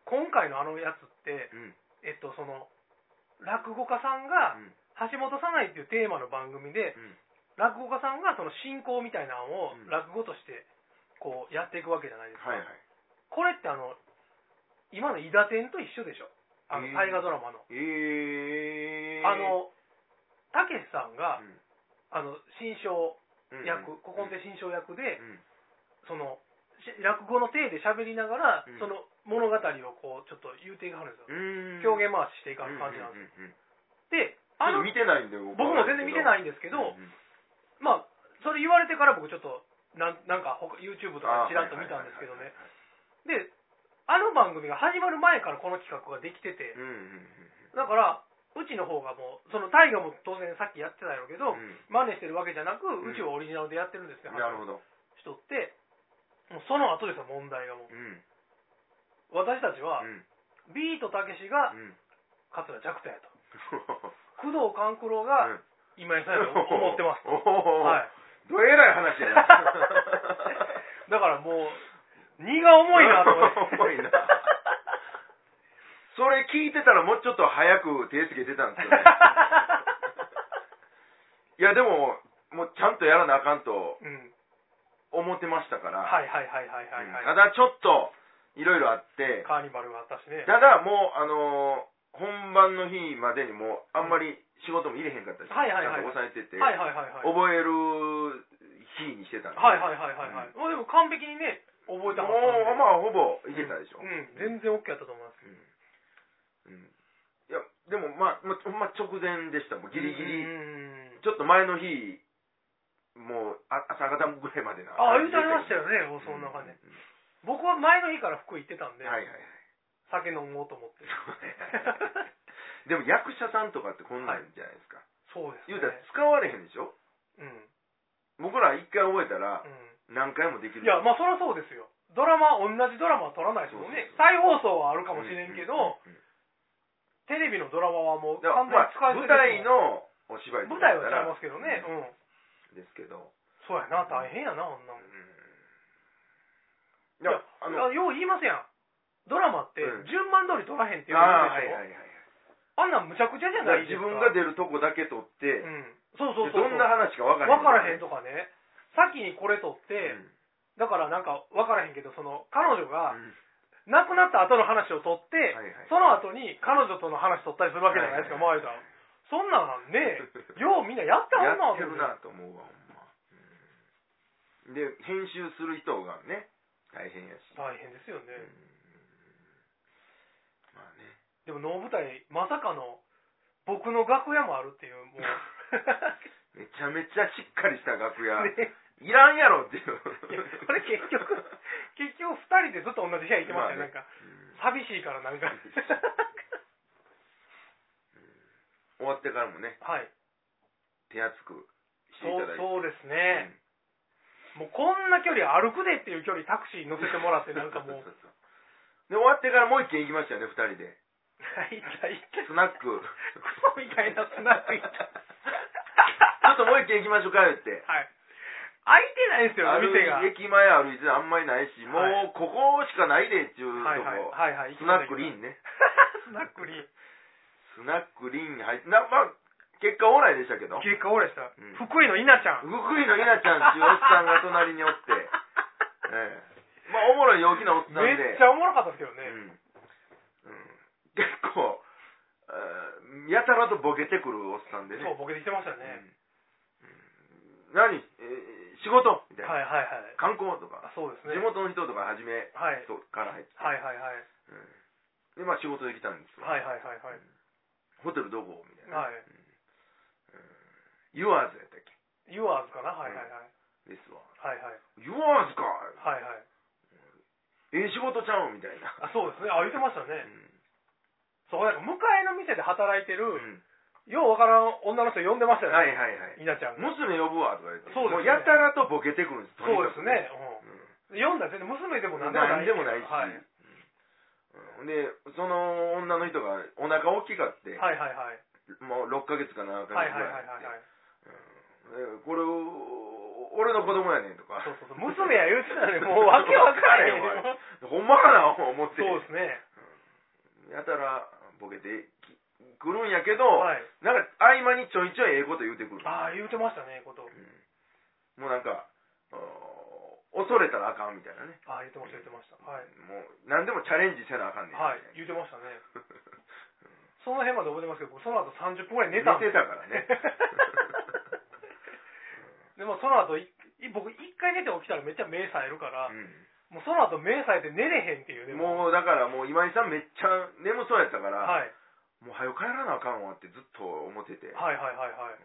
Speaker 2: 今回のあのやつって
Speaker 1: うん
Speaker 2: えっとその落語家さんが
Speaker 1: うん
Speaker 2: 橋本さないっていうテーマの番組で
Speaker 1: うん
Speaker 2: 落語家さんがその進行みたいなのを
Speaker 1: うん
Speaker 2: 落語としてこうやっていくわけじゃないですか、
Speaker 1: はいはい
Speaker 2: これってあの今の「伊田天」と一緒でしょあの
Speaker 1: えー
Speaker 2: 大河ドラマの、
Speaker 1: えー
Speaker 2: あのたけしさんが、
Speaker 1: う
Speaker 2: あの新章
Speaker 1: ん
Speaker 2: 役、
Speaker 1: うん
Speaker 2: 古今亭新章役で、
Speaker 1: うん
Speaker 2: そのし落語の体で喋りながら、
Speaker 1: うん
Speaker 2: その物語をこうちょっと言うていかはるんですよ、狂
Speaker 1: うん
Speaker 2: 言回ししていかはる感じなんです、
Speaker 1: うんうんうんうん
Speaker 2: であ
Speaker 1: あの
Speaker 2: の
Speaker 1: 見てないんで僕
Speaker 2: 僕も全然見て
Speaker 1: い
Speaker 2: ないんですけ
Speaker 1: け
Speaker 2: ど、
Speaker 1: うんうん
Speaker 2: まあそれ言われてから僕ちょっとなんなんか他 YouTube とかちらっと見たんですけどねであの番組が始まる前からこの企画ができてて
Speaker 1: うんうんうん
Speaker 2: だからうちの方がもうその大河も当然さっきやってたやろうけど、
Speaker 1: うん
Speaker 2: 真似してるわけじゃなく
Speaker 1: ん
Speaker 2: うちはオリジナルでやってるんですけど、
Speaker 1: なるほど
Speaker 2: 人ってもうその後ですよ問題がもう
Speaker 1: うん
Speaker 2: 私たち
Speaker 1: う
Speaker 2: は、
Speaker 1: ん
Speaker 2: ビートたけしが
Speaker 1: うん
Speaker 2: 桂弱太やと工藤官九郎
Speaker 1: う
Speaker 2: が
Speaker 1: ん
Speaker 2: 今井さんやと思ってます、
Speaker 1: おお
Speaker 2: はい
Speaker 1: どえらい話やな
Speaker 2: だからもう荷が重いなと思って
Speaker 1: 重いなそれ聞いてたらもうちょっと早く手つけてたんですよ ねいやでももうちゃんとやらなあかんと
Speaker 2: うん
Speaker 1: 思ってましたから、
Speaker 2: はいはいはいはいはい
Speaker 1: うん
Speaker 2: はい、
Speaker 1: ただちょっといろいろあって
Speaker 2: カーニバルがあったしね
Speaker 1: ただもうあのー本番の日までにもうあんまり仕事も入れへんかったし、
Speaker 2: はいはいはい
Speaker 1: ちゃんと抑えてて、
Speaker 2: はいはいはいはいはい
Speaker 1: 覚える日にしてたんで
Speaker 2: はいはいはいはい、まあでも完璧にね覚えたはずなんで
Speaker 1: もうまあほぼいけたでしょ、
Speaker 2: うん、全然 OK やったと思います
Speaker 1: うんうんいやでもまあ、まあ、ほんま直前でしたもうギリギリ、
Speaker 2: うん
Speaker 1: ちょっと前の日もうあ朝方ぐらいまでな
Speaker 2: ああ言うてありました
Speaker 1: よ
Speaker 2: よね放送の中で、僕は前の日から福井行ってたんで、
Speaker 1: はいはいはい
Speaker 2: 酒飲もうと思 って
Speaker 1: でも役者さんとかってこんなんじゃないですか、
Speaker 2: そうです
Speaker 1: 言
Speaker 2: ね
Speaker 1: うたら使われへんでしょ
Speaker 2: うん
Speaker 1: 僕ら一回覚えたら
Speaker 2: う
Speaker 1: 何回もでき
Speaker 2: ん、
Speaker 1: る
Speaker 2: いやまあそりゃそうですよドラマ同じドラマは撮らないですもんね再放送はあるかもしれんけど、
Speaker 1: うんうん
Speaker 2: テレビのドラマはもう
Speaker 1: だから
Speaker 2: 完全に使えてる
Speaker 1: まあ舞台のお芝居
Speaker 2: 舞台は
Speaker 1: だ
Speaker 2: 違
Speaker 1: ったら
Speaker 2: いますけどねうん、
Speaker 1: ですけど
Speaker 2: そうやな大変やなあんなもん
Speaker 1: うんいや
Speaker 2: いや
Speaker 1: あ
Speaker 2: あ
Speaker 1: の
Speaker 2: よう言いますやんドラマって
Speaker 1: うん
Speaker 2: 順番通り撮らへんっていう
Speaker 1: あーはい
Speaker 2: でし
Speaker 1: は
Speaker 2: ょ
Speaker 1: いはいはい
Speaker 2: あんなんむちゃくちゃじゃな
Speaker 1: だから
Speaker 2: いです
Speaker 1: 自
Speaker 2: か
Speaker 1: 分が出るとこだけ取っ
Speaker 2: う
Speaker 1: て、
Speaker 2: んそうそう
Speaker 1: で
Speaker 2: そう
Speaker 1: どんな話か分からへん
Speaker 2: 分からへんとかね先にこれ撮って、だからなんか分からへんけどその彼女
Speaker 1: うん
Speaker 2: が
Speaker 1: うん
Speaker 2: 亡くなった後の話を取って、
Speaker 1: はいはい
Speaker 2: その後に彼女との話取ったりするわけじゃないですか、
Speaker 1: はい
Speaker 2: 前田そんなんねようみんなやってはん
Speaker 1: や
Speaker 2: な
Speaker 1: ってるなと思うわほんま、うんで編集する人がね大変やし、
Speaker 2: 大変ですよね、
Speaker 1: うんまあね
Speaker 2: でも能舞台まさかの僕の楽屋もあるっていうもう
Speaker 1: めちゃめちゃしっかりした 楽屋、
Speaker 2: ね
Speaker 1: いらんやろっていう
Speaker 2: いやこれ結局結局2人でずっと同じ部屋行ってましたよ、
Speaker 1: まあね
Speaker 2: なんか
Speaker 1: うん
Speaker 2: 寂しいからなん か
Speaker 1: 終わってからもね
Speaker 2: はい
Speaker 1: 手厚くして
Speaker 2: そ
Speaker 1: いた
Speaker 2: う
Speaker 1: だいて
Speaker 2: そうですね、もうこんな距離歩くでっていう距離タクシーに乗せてもらってなんかもう
Speaker 1: そうそうそうで終わってからもう一軒行きましたよね二人で
Speaker 2: はい行った行った
Speaker 1: スナッ ク
Speaker 2: クソみたいなスナック行った
Speaker 1: ちょっともう一軒行きましょうか言って
Speaker 2: はい開いてないですよ
Speaker 1: ある
Speaker 2: 店がはい
Speaker 1: 駅前歩いてあんまりないし、
Speaker 2: は
Speaker 1: もうここしかないでっていうとこ、
Speaker 2: はいはいはい
Speaker 1: スナックリ
Speaker 2: ン
Speaker 1: ンね
Speaker 2: スナックリン
Speaker 1: スナックリンに入ってなまあ結果オーライでしたけど
Speaker 2: 結果俺でした、
Speaker 1: うん
Speaker 2: 福井の稲ちゃん
Speaker 1: 福井の稲ちゃんっていうおっさんが隣にお って、ええまあおもろい陽気なおっさん
Speaker 2: め
Speaker 1: で
Speaker 2: っちゃおもろかったですけど
Speaker 1: う
Speaker 2: ね、
Speaker 1: んうん結構、えーやたらとボケてくるおっさんでね
Speaker 2: そう僕できてましたね、
Speaker 1: うん何、えー仕事みたいな、
Speaker 2: はいはいはい
Speaker 1: 観光と
Speaker 2: あ
Speaker 1: か、
Speaker 2: そうですね
Speaker 1: 地元の人とかはじめ
Speaker 2: はい
Speaker 1: そうから入って、
Speaker 2: はいはいはい
Speaker 1: うんでまあ、仕事できたんですよ、
Speaker 2: はいはいはいはい
Speaker 1: ホテルどこみたいな、
Speaker 2: はい
Speaker 1: ユアーズやったっ
Speaker 2: ユアーズかなはいはいはい
Speaker 1: けですわ
Speaker 2: はいはい
Speaker 1: ユアーズか
Speaker 2: はいはい
Speaker 1: ええ仕事ちゃうんみたいな
Speaker 2: あそうですねあ言ってました
Speaker 1: う
Speaker 2: ね、
Speaker 1: ん
Speaker 2: そうなんか向かいの店で働いて
Speaker 1: う
Speaker 2: る、
Speaker 1: ん
Speaker 2: ようわからん女の人呼んでましたよ
Speaker 1: は
Speaker 2: ね、
Speaker 1: いはいはい
Speaker 2: 稲ちゃんが
Speaker 1: 娘呼ぶわとか言って
Speaker 2: そうですね
Speaker 1: もうやたらとボケてくるんですとに
Speaker 2: そうです
Speaker 1: かく
Speaker 2: ね、
Speaker 1: うん
Speaker 2: うん、読んだら全然娘でも何でもない
Speaker 1: 何でもないし、
Speaker 2: はい、
Speaker 1: うんでその女の人がお腹大きかって、
Speaker 2: はいはいはい
Speaker 1: もう6ヶ月か7ヶ月ぐ
Speaker 2: はいはい
Speaker 1: らい
Speaker 2: はいはいはい
Speaker 1: うんでこれを俺の子供やねんとか
Speaker 2: そうそうそう娘や言うてたの にもうわけわからへん
Speaker 1: わ かほんまかな思って
Speaker 2: そうですね
Speaker 1: やたらボケてきくるんやけど、
Speaker 2: はい
Speaker 1: なんか合間にちょいちょいええこと言うてくる
Speaker 2: ああ言うてましたねこと
Speaker 1: うんもうなんかあー恐れたらあかんみたいなね
Speaker 2: ああ言ってました言ってましたはい、
Speaker 1: もう何でもチャレンジせなあかんねんみたいな、
Speaker 2: はい、言うてま したねその辺まで覚えてますけど僕その後30分ぐらい寝たん
Speaker 1: 寝
Speaker 2: です
Speaker 1: てたから ね
Speaker 2: でもその後いい僕一回寝て起きたらめっちゃ目冴えるから、
Speaker 1: う
Speaker 2: もうその後目冴えて寝れへんっていうね
Speaker 1: ん、もうだからもう今井さんめっちゃ眠そうやったか
Speaker 2: う
Speaker 1: ら、
Speaker 2: はい、
Speaker 1: もう早く帰らなあかんわってずっと思ってて、
Speaker 2: はいはいはいはい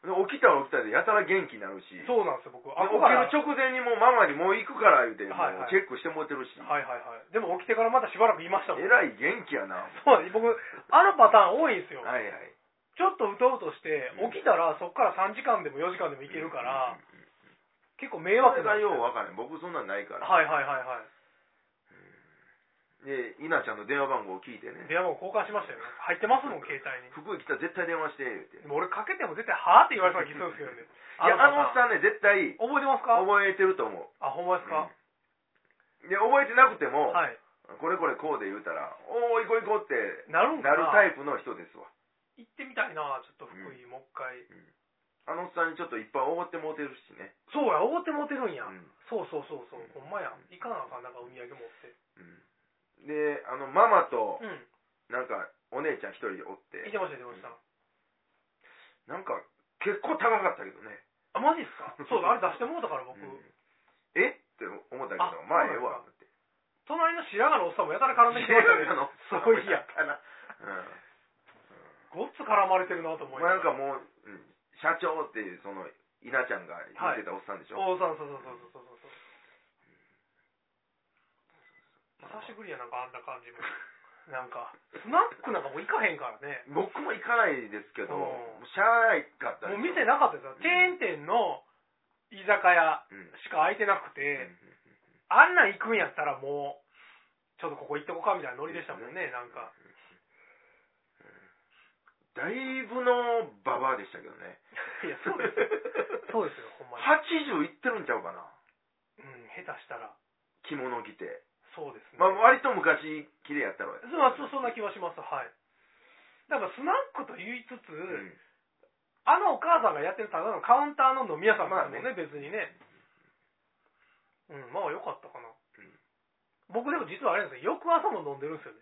Speaker 1: で起きたら起きたでやたら元気になるしで
Speaker 2: そうなんですよ僕
Speaker 1: 起き
Speaker 2: こから
Speaker 1: る直前にもうママにもう行くから言うて、
Speaker 2: はいはい
Speaker 1: もうチェックしてもってるし、
Speaker 2: はいはいはい。でも起きてからまたしばらくいましたもん。
Speaker 1: えらい元気やなは
Speaker 2: そうです僕、あのパターン多いんですよ。
Speaker 1: いはい
Speaker 2: ちょっとうとうとして、
Speaker 1: うん
Speaker 2: 起きたらそこから3時間でも4時間でもいけるから、
Speaker 1: うん
Speaker 2: 結構
Speaker 1: そ
Speaker 2: 迷
Speaker 1: れ
Speaker 2: 惑なん
Speaker 1: が
Speaker 2: です
Speaker 1: よ
Speaker 2: よ。
Speaker 1: うわからん僕そんなんないから、
Speaker 2: はいはいはいは
Speaker 1: で稲ちゃんの電話番号を聞いて
Speaker 2: い。
Speaker 1: ね
Speaker 2: 電話も交換しましたよね。入ってますもん、携帯に。
Speaker 1: 福井来たら絶対電話して言
Speaker 2: で
Speaker 1: うて
Speaker 2: も俺かけても絶対はぁって言われそうな気するんですけ どね。
Speaker 1: いやあの
Speaker 2: ん。
Speaker 1: おっさんね絶対
Speaker 2: 覚えてますか
Speaker 1: 覚えてると思う
Speaker 2: あ、ほんまですか、
Speaker 1: うんで覚えてなくても、
Speaker 2: はい。
Speaker 1: これこれこうで言うたら「おお行こう行こう」って
Speaker 2: なるん
Speaker 1: な
Speaker 2: か
Speaker 1: る
Speaker 2: な
Speaker 1: タイプの人ですわ
Speaker 2: 行ってみたいなちょっと福井、もう一回。
Speaker 1: あのおっさんにちょっといっぱいおごってもうてるしね
Speaker 2: そうや、大手持てるんや。
Speaker 1: うん
Speaker 2: そうそうそうそう、ほんまや
Speaker 1: う。ん
Speaker 2: 行かなあかん、なんかお土産持って。
Speaker 1: うんであのママと
Speaker 2: うん。
Speaker 1: なんかお姉ちゃん一人おって
Speaker 2: 行ってました、行ってました。
Speaker 1: なんか結構高かったけどね
Speaker 2: あ、マジっすかそうだ、あれ出してもうたから僕、
Speaker 1: うんえって思ったけど
Speaker 2: あ
Speaker 1: まあええわって
Speaker 2: 隣の白髪のおっさんもやたら絡んできてましたね。
Speaker 1: の
Speaker 2: そういや
Speaker 1: かなうん
Speaker 2: ごっつ絡まれてるなと思い
Speaker 1: まあなんか
Speaker 2: もう。
Speaker 1: もううん社長っていうその稲ちゃんが言ってたおっさんでしょ
Speaker 2: おうそうそうそうそうそうそうそう。久しぶりや、なんかあんな感じも。 なんか、スナックなんかもう行かへんからね。
Speaker 1: 僕も行かないですけど
Speaker 2: うん
Speaker 1: もうしゃあないかった
Speaker 2: も
Speaker 1: で
Speaker 2: う
Speaker 1: すよ
Speaker 2: 店なかったですよ。チェーン店の居酒屋
Speaker 1: うんうん
Speaker 2: しか空いてなく
Speaker 1: うん
Speaker 2: て、あんなん行くんやったらもう、ちょっとここ行ってこかみたいなノリでしたもんね、なんか。
Speaker 1: だいぶのババアでしたけどね。
Speaker 2: いや、そう ですよ。そうですよ、ほんまに。
Speaker 1: 80いってるんちゃうかな
Speaker 2: うん、下手したら。
Speaker 1: 着物着て。
Speaker 2: そうですね。
Speaker 1: まあ、割と昔、綺麗やったわよ。
Speaker 2: そうまあそうそんな気はします、はい。だからスナックと言いつつ、
Speaker 1: うん
Speaker 2: あのお母さんがやってるただのカウンターの飲み屋さんですもんね、
Speaker 1: まあ
Speaker 2: 別にね。うん、まあよかったかな。僕でも実はあれなんですよ、翌朝も飲んでるんですよね、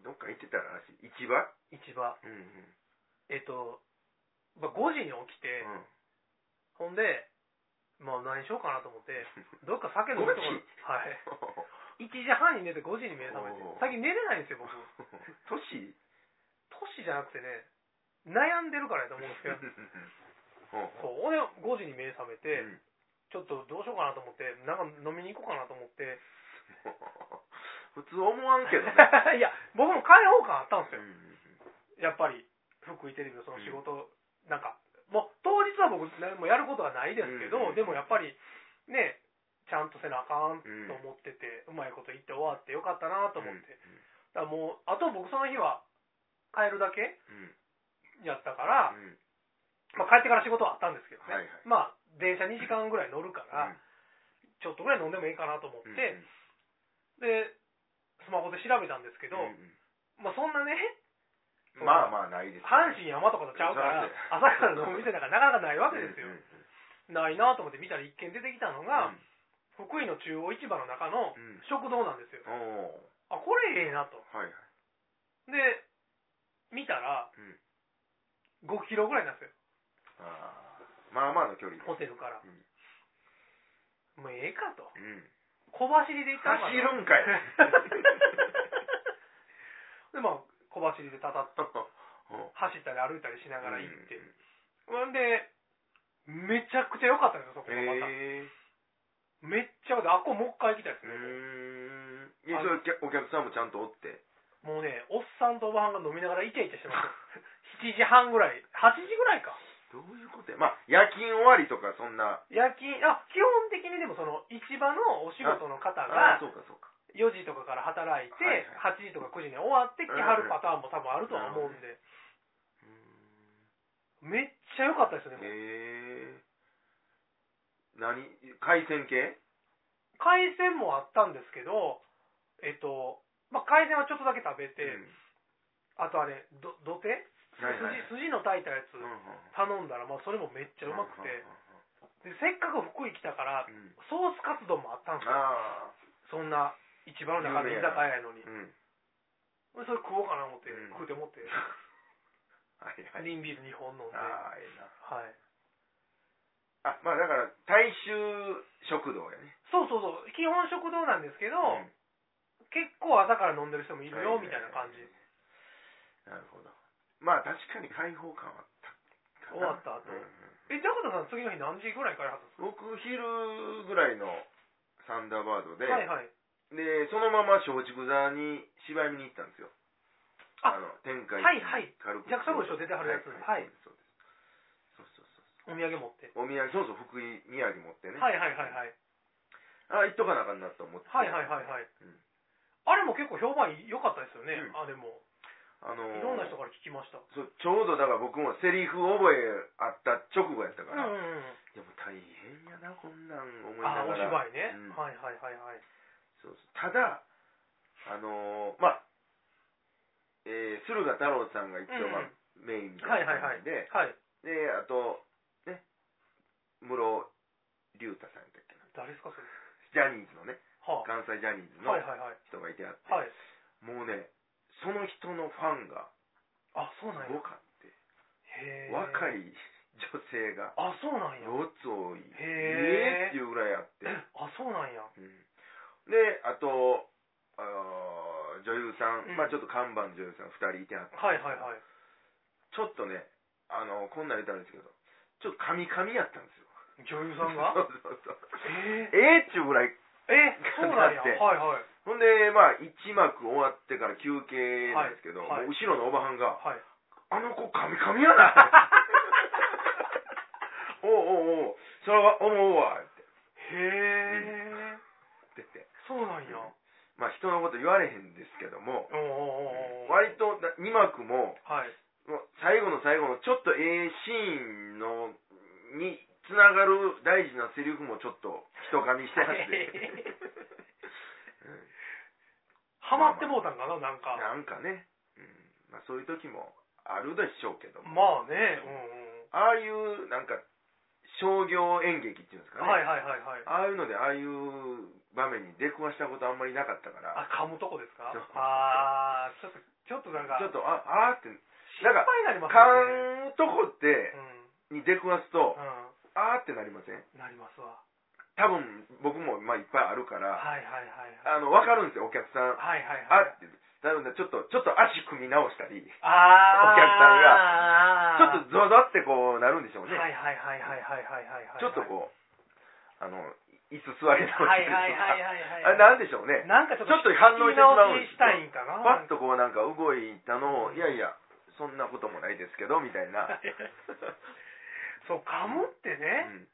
Speaker 1: どっか行ってたらしい。市場
Speaker 2: 市場。
Speaker 1: うんうん。
Speaker 2: えっと、まあ、5時に起きて、
Speaker 1: うん
Speaker 2: ほんで、まあ何しようかなと思 って、どっか酒飲むところ、はい。1時半に寝て5時に目覚めて
Speaker 1: おう、
Speaker 2: 最近寝れないんですよ、僕。
Speaker 1: 都市
Speaker 2: 年じゃなくてね、悩んでるからやと思うんです けど、そう、ほんで5時に目覚めて、
Speaker 1: うん
Speaker 2: ちょっとどうしようかなと思って、なんか飲みに行こうかなと思って、
Speaker 1: 普通思わんけどね。
Speaker 2: いや、僕も開放感あったんです
Speaker 1: う
Speaker 2: よ、
Speaker 1: んうん
Speaker 2: やっぱり、福井テレビのその仕事、なんか、もう当日は僕、何もやることはないですけど、
Speaker 1: うん
Speaker 2: でもやっぱり、ね、ちゃんとせなあかんと
Speaker 1: うん
Speaker 2: 思ってて、うまいこと言って終わってよかったなと思って、だ
Speaker 1: うん
Speaker 2: からもう、あと僕、その日は帰るだけやったから、
Speaker 1: うんうん
Speaker 2: まあ、帰ってから仕事はあったんですけどね、
Speaker 1: はいはい
Speaker 2: まあ、電車2時間ぐらい乗るから、
Speaker 1: う
Speaker 2: ちょっとぐらい飲んでもいいかなと思って、
Speaker 1: ん
Speaker 2: で、スマホで調べたんですけど、
Speaker 1: うんうん
Speaker 2: まあ、そんなね、
Speaker 1: まあまあないですよ。
Speaker 2: 阪神山とかとちゃうから、朝から飲む店なんかなかなかないわけですよ
Speaker 1: うん。うん
Speaker 2: ないなと思って見たら一見出てきたのが、
Speaker 1: う
Speaker 2: 福井の中央市場の中の
Speaker 1: ん
Speaker 2: 食堂なんですよ。
Speaker 1: うんおー
Speaker 2: あ、これええなと。
Speaker 1: はいはい。
Speaker 2: で、見たら
Speaker 1: うん、
Speaker 2: 5キロぐらいなんですよ、
Speaker 1: あーまあまあの距離。
Speaker 2: ホテルから。もうええかと。
Speaker 1: うん
Speaker 2: 小走りで行ったのかな
Speaker 1: 走るんかい
Speaker 2: で、まあ、小走りでたたっ
Speaker 1: お
Speaker 2: 走ったり歩いたりしな
Speaker 1: だ
Speaker 2: がら行って。ほんで、めちゃくちゃ良かったんですよ、そこがまた。
Speaker 1: えー
Speaker 2: めっちゃ良かった。あ、これもう一回行きたいです
Speaker 1: う
Speaker 2: ね。
Speaker 1: ーんいやそれお客お客さんもちゃんとおって。
Speaker 2: もうね、おっさんとおばはんが飲みながらイチャイチャしてました。7時 半ぐらい、8時ぐらいか。
Speaker 1: どういうことやまあ、夜勤終わりとかそんな。
Speaker 2: 夜勤、あ、基本的にでもその、市場のお仕事の方
Speaker 1: ああ
Speaker 2: が
Speaker 1: ー、、そうかそうか。
Speaker 2: 4時とかから働いて、
Speaker 1: はい
Speaker 2: 8時とか9時に終わってきはるパターンも多分あるとは思うんで、めっちゃ良かったです
Speaker 1: へ
Speaker 2: ね。
Speaker 1: え何海鮮系
Speaker 2: 海鮮もあったんですけど、えっと、まあ、海鮮はちょっとだけ食べて、
Speaker 1: うん
Speaker 2: あとあれ、ど、土手
Speaker 1: はいはい
Speaker 2: 筋筋の炊いたやつ
Speaker 1: うんうん
Speaker 2: 頼んだら、まあ、それもめっちゃうまくて、でせっかく福井来たから
Speaker 1: うんうんうん
Speaker 2: ソースカツ丼もあったんですよ
Speaker 1: ああ
Speaker 2: そんな市場の中で居酒屋やのに
Speaker 1: うん
Speaker 2: それ食おうかな思って、
Speaker 1: うん
Speaker 2: 食うて思って
Speaker 1: はいはい
Speaker 2: 瓶ビール2本飲んでは
Speaker 1: ああええないあまあだから大衆食堂やね
Speaker 2: そうそうそう基本食堂なんですけど、
Speaker 1: うん
Speaker 2: 結構朝から飲んでる人もいるよ
Speaker 1: はい
Speaker 2: みたいな感じ
Speaker 1: なるほどまあ確かに開放感はあった
Speaker 2: 終わった
Speaker 1: かな
Speaker 2: 後
Speaker 1: うんうん
Speaker 2: えジャコタさん次の日何時ぐらいからはず
Speaker 1: 僕昼ぐらいのサンダーバードで、
Speaker 2: はいはい
Speaker 1: でそのまま松竹座に芝居見に行ったんですよ
Speaker 2: あ
Speaker 1: の天海
Speaker 2: はいはい
Speaker 1: 軽く
Speaker 2: ジャクソン号一緒出てはるやつ
Speaker 1: は
Speaker 2: は
Speaker 1: い、
Speaker 2: い
Speaker 1: そうですそうですそうそ
Speaker 2: お
Speaker 1: う
Speaker 2: 土産持って、
Speaker 1: そうお土産そうそう福井土産持ってね、
Speaker 2: はいはいはいはい
Speaker 1: あ行っとかなあかんなと思って
Speaker 2: はいはいはいはい、
Speaker 1: うん
Speaker 2: あれも結構評判良かったですよね、
Speaker 1: うん
Speaker 2: あでも
Speaker 1: あの
Speaker 2: い
Speaker 1: ー
Speaker 2: ろんな人から聞きました
Speaker 1: そうちょうどだから僕もセリフ覚えあった直後やっ
Speaker 2: う
Speaker 1: た
Speaker 2: ん
Speaker 1: か
Speaker 2: う
Speaker 1: ら、
Speaker 2: んうん
Speaker 1: でも大変やなこんなん思い
Speaker 2: あ
Speaker 1: な
Speaker 2: お
Speaker 1: がら
Speaker 2: 芝居ね、
Speaker 1: うん
Speaker 2: はいはいはいはい
Speaker 1: そうそうただあのーまあえー駿河太郎さんが一応、まあ
Speaker 2: うん
Speaker 1: メインみた
Speaker 2: はいいはいは
Speaker 1: な
Speaker 2: い
Speaker 1: 感じで、
Speaker 2: はい
Speaker 1: で、あと、ね、室龍太さんやった
Speaker 2: 誰
Speaker 1: っけな。
Speaker 2: ですかそれ
Speaker 1: ジャニーズのね、
Speaker 2: はあ
Speaker 1: 関西ジャニーズの
Speaker 2: はいはいはい
Speaker 1: 人がいてあって、
Speaker 2: はい
Speaker 1: もうね、その人のファンが
Speaker 2: あそうなん
Speaker 1: す
Speaker 2: や
Speaker 1: ごかって、
Speaker 2: へえ
Speaker 1: 若
Speaker 2: い
Speaker 1: い女性が
Speaker 2: あそうなんや
Speaker 1: 4つ多い、
Speaker 2: へー
Speaker 1: えーっていうぐらいあって、
Speaker 2: あそうなんや
Speaker 1: うんで、あと、あー女優さ
Speaker 2: う
Speaker 1: ん、
Speaker 2: ん
Speaker 1: まあちょっと看板の女優さん2人いてあって、
Speaker 2: はいはいはい
Speaker 1: ちょっとね、あの、こんなん言ったらあれですけど、ちょっとカミカミやったんですよ。
Speaker 2: 女優さんが
Speaker 1: そうそうそう
Speaker 2: へえ
Speaker 1: えーっちゅうぐらい
Speaker 2: えそうなんや
Speaker 1: だって
Speaker 2: はいはい
Speaker 1: ほんで、まあ、一幕終わってから休憩なんですけど、
Speaker 2: はいはい
Speaker 1: もう後 ろのおばはんが、
Speaker 2: はい。
Speaker 1: あの子、カミカミやなおうおうおうそれは思うわって
Speaker 2: へえ、
Speaker 1: 言ってて
Speaker 2: そうなんや。
Speaker 1: まあ人のこと言われへんですけども
Speaker 2: おうおうおうおう
Speaker 1: 割と2幕も
Speaker 2: はい。
Speaker 1: もう最後の最後のちょっとええシーンのにつながる大事なセリフもちょっと人噛みしてはって
Speaker 2: ハマってもうたんかな、なんか。
Speaker 1: なんかね、うんまあ、そういう時もあるでしょうけども
Speaker 2: まあね、
Speaker 1: ああいうなんか商業演劇っていうんです
Speaker 2: うんう
Speaker 1: か
Speaker 2: ん。
Speaker 1: ね、
Speaker 2: はいはいはいはい。
Speaker 1: ああいうのでああいう場面に出くわしたことあんまりなかったから
Speaker 2: あ、噛むとこですか
Speaker 1: そう
Speaker 2: ああ、ちょっと、ちょっとなんか、
Speaker 1: ちょっ
Speaker 2: っ
Speaker 1: とああーって
Speaker 2: 心
Speaker 1: なんか
Speaker 2: 配になりますね。
Speaker 1: 噛むとこって
Speaker 2: う
Speaker 1: に出くわすと
Speaker 2: ん。
Speaker 1: あーってなりません
Speaker 2: うん。なりますわ。
Speaker 1: 多分僕もまあいっぱいあるか
Speaker 2: は
Speaker 1: ら
Speaker 2: いはいはいはい。
Speaker 1: あの分かるんですよお客さん
Speaker 2: はいはい
Speaker 1: あ
Speaker 2: はい。
Speaker 1: ってなのでちょっとちょっと足組み直したりち
Speaker 2: あー
Speaker 1: お客
Speaker 2: が
Speaker 1: さんょっとゾゾってこうなるんでしょうね、
Speaker 2: はいはいはいはいはいはいはいはい。
Speaker 1: ちょっとこうあの椅子座り直
Speaker 2: は
Speaker 1: し
Speaker 2: いはい
Speaker 1: たりとか、
Speaker 2: はいはい
Speaker 1: あれ
Speaker 2: はい。
Speaker 1: なんでしょうね
Speaker 2: なんかちょっと、
Speaker 1: ちょっと反応してしまうんです
Speaker 2: 聞き直しし
Speaker 1: よ
Speaker 2: たいんかな。
Speaker 1: パッとこうなんか動いたのをいやいやそんなこともないですけどみたいな、
Speaker 2: はいそう、噛むって
Speaker 1: う
Speaker 2: ね、
Speaker 1: ん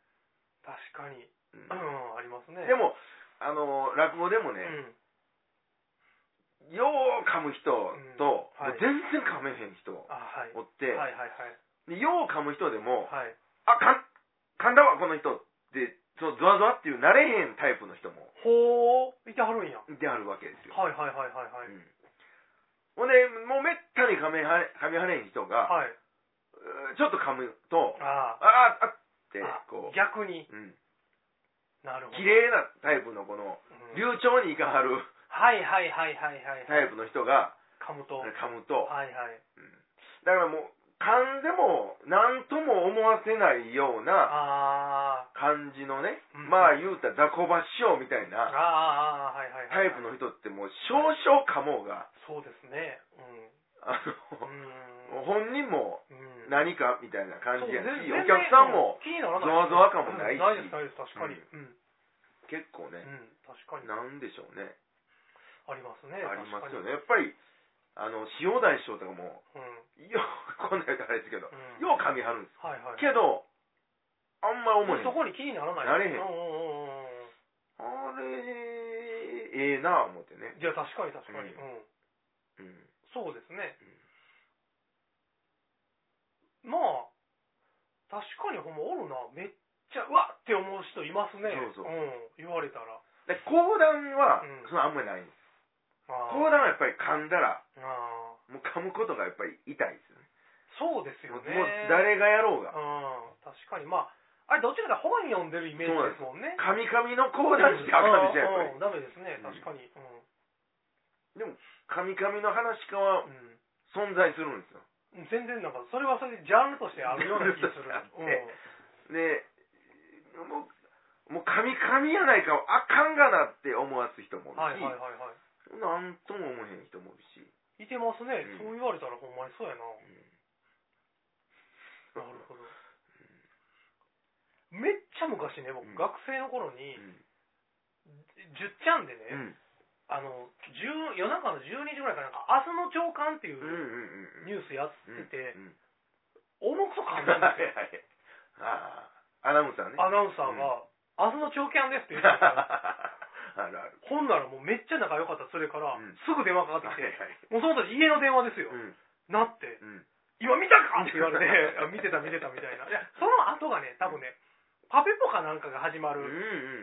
Speaker 2: 確かに。
Speaker 1: うん
Speaker 2: うん、ありますね。
Speaker 1: で、もあの落語でも
Speaker 2: う
Speaker 1: ね、
Speaker 2: ん。
Speaker 1: よう噛む人
Speaker 2: う
Speaker 1: と、
Speaker 2: んはい
Speaker 1: もう全然噛めへん人お
Speaker 2: あ、はい。
Speaker 1: っ
Speaker 2: はい
Speaker 1: て、
Speaker 2: はいはい。
Speaker 1: でよう噛む人でも、
Speaker 2: はい。
Speaker 1: あ噛ん噛んだわこの人ってそのゾワゾワっていう慣れへんタイプの人も
Speaker 2: ほー、いてはるんや。はい
Speaker 1: てあるわけですよ、
Speaker 2: いはいはいはいは
Speaker 1: う
Speaker 2: い。
Speaker 1: んほんでもうめったに噛めはれ噛みはれへん人が、
Speaker 2: はい。
Speaker 1: うーちょっと噛むと
Speaker 2: ああ。
Speaker 1: あーあって
Speaker 2: あ
Speaker 1: こう、
Speaker 2: 逆に。
Speaker 1: うん、
Speaker 2: なるほど。
Speaker 1: 綺麗なタイプのこの
Speaker 2: うん
Speaker 1: 流暢にいかはる
Speaker 2: はいはいはいはいはい。
Speaker 1: タイプの人が
Speaker 2: 噛むと。はい
Speaker 1: 噛むと、
Speaker 2: はい。
Speaker 1: うんだからもう噛んでも何とも思わせないよう
Speaker 2: あ
Speaker 1: な感じのね、
Speaker 2: うん
Speaker 1: まあ言うたら雑魚場師匠みたい
Speaker 2: あ。ああ、
Speaker 1: な
Speaker 2: はいはいはい。
Speaker 1: タイプの。人ってもう少々噛もうが、
Speaker 2: そうですね。
Speaker 1: あ
Speaker 2: うん。うん。
Speaker 1: の、本人も
Speaker 2: うん
Speaker 1: 何かみたいな感じや
Speaker 2: そう全
Speaker 1: し、
Speaker 2: 然
Speaker 1: お客さんも
Speaker 2: 気にならない
Speaker 1: ざわざわ感もない
Speaker 2: うん
Speaker 1: し
Speaker 2: ないですないです確かに
Speaker 1: う
Speaker 2: うん、うん
Speaker 1: 結構ね、
Speaker 2: 確かに
Speaker 1: なんでしょうね、
Speaker 2: ありますね
Speaker 1: ありますよ
Speaker 2: ね
Speaker 1: ね。やっぱり、あの、塩大師匠とかも、
Speaker 2: うん、
Speaker 1: よう、 こんな言うたらあれですけ
Speaker 2: う
Speaker 1: ど、
Speaker 2: ん、
Speaker 1: よう噛みはるんです。
Speaker 2: はいはい
Speaker 1: けど、あんま思えへん。
Speaker 2: そ
Speaker 1: あ
Speaker 2: こに気にならない
Speaker 1: なれへ
Speaker 2: うんう
Speaker 1: ん
Speaker 2: んうんうん
Speaker 1: れ、ええなぁ思ってね。
Speaker 2: いや確かに確かに、
Speaker 1: う
Speaker 2: うんん
Speaker 1: うん。
Speaker 2: そうですね、まあ確かにほんまおるなめっちゃうわっって思う人いますね、
Speaker 1: そうそうん
Speaker 2: 言われたら
Speaker 1: で、講談は
Speaker 2: うん、
Speaker 1: そのあんまりないんです。
Speaker 2: あー
Speaker 1: 講談はやっぱり噛んだら、
Speaker 2: あー
Speaker 1: もう噛むことがやっぱり痛いですよ
Speaker 2: そう
Speaker 1: ね。
Speaker 2: ですよ
Speaker 1: もう
Speaker 2: ね
Speaker 1: もう誰がやろうが、
Speaker 2: うん確かにまああれどっちかというと本読んでるイメージですもんね
Speaker 1: 噛み噛みの講談してあかんでしょ、やっぱ
Speaker 2: うんうんダメ
Speaker 1: り
Speaker 2: ですね
Speaker 1: うん
Speaker 2: 確かにう
Speaker 1: 神々の話家は
Speaker 2: ん、うん
Speaker 1: 存在するんですよ
Speaker 2: 全然なんかそれはそれでジャンルとしてあるような気がするうん
Speaker 1: でもうもう神々やないかあかんがなって思わす人も
Speaker 2: はい
Speaker 1: いる
Speaker 2: はいはい
Speaker 1: し、
Speaker 2: は
Speaker 1: なんとも思えへん人もいるし、
Speaker 2: いいてますね、
Speaker 1: う
Speaker 2: そう言
Speaker 1: ん
Speaker 2: われたらほんまにそうやな、なるほどめっちゃ昔ね僕、
Speaker 1: うん
Speaker 2: 学生の頃に
Speaker 1: うん
Speaker 2: 「じゅっちゃん」で
Speaker 1: う
Speaker 2: ね、
Speaker 1: ん
Speaker 2: あの10夜中の12時ぐらいかなんか「明日の朝刊」ってい
Speaker 1: うんうん
Speaker 2: う
Speaker 1: うん
Speaker 2: ニュースやってて、
Speaker 1: うんうん
Speaker 2: 重くそ
Speaker 1: は
Speaker 2: 感じ
Speaker 1: い
Speaker 2: たん
Speaker 1: は
Speaker 2: ですよ
Speaker 1: いああアナウンサーね
Speaker 2: アナウンサーが「明日の朝刊です」って言ってたから
Speaker 1: あるある
Speaker 2: ほんならもうめっちゃ仲良かったそれから、
Speaker 1: うん
Speaker 2: すぐ電話かか
Speaker 1: は
Speaker 2: っ
Speaker 1: い
Speaker 2: てきて、
Speaker 1: はい
Speaker 2: もうその時家の電話ですよ、
Speaker 1: うん
Speaker 2: なって、
Speaker 1: うん
Speaker 2: 今見たかって言われて、あ 見てた見てたみたいな。いや、その後がね、多分ね、パペポかなんかが始ま
Speaker 1: うん
Speaker 2: る
Speaker 1: うん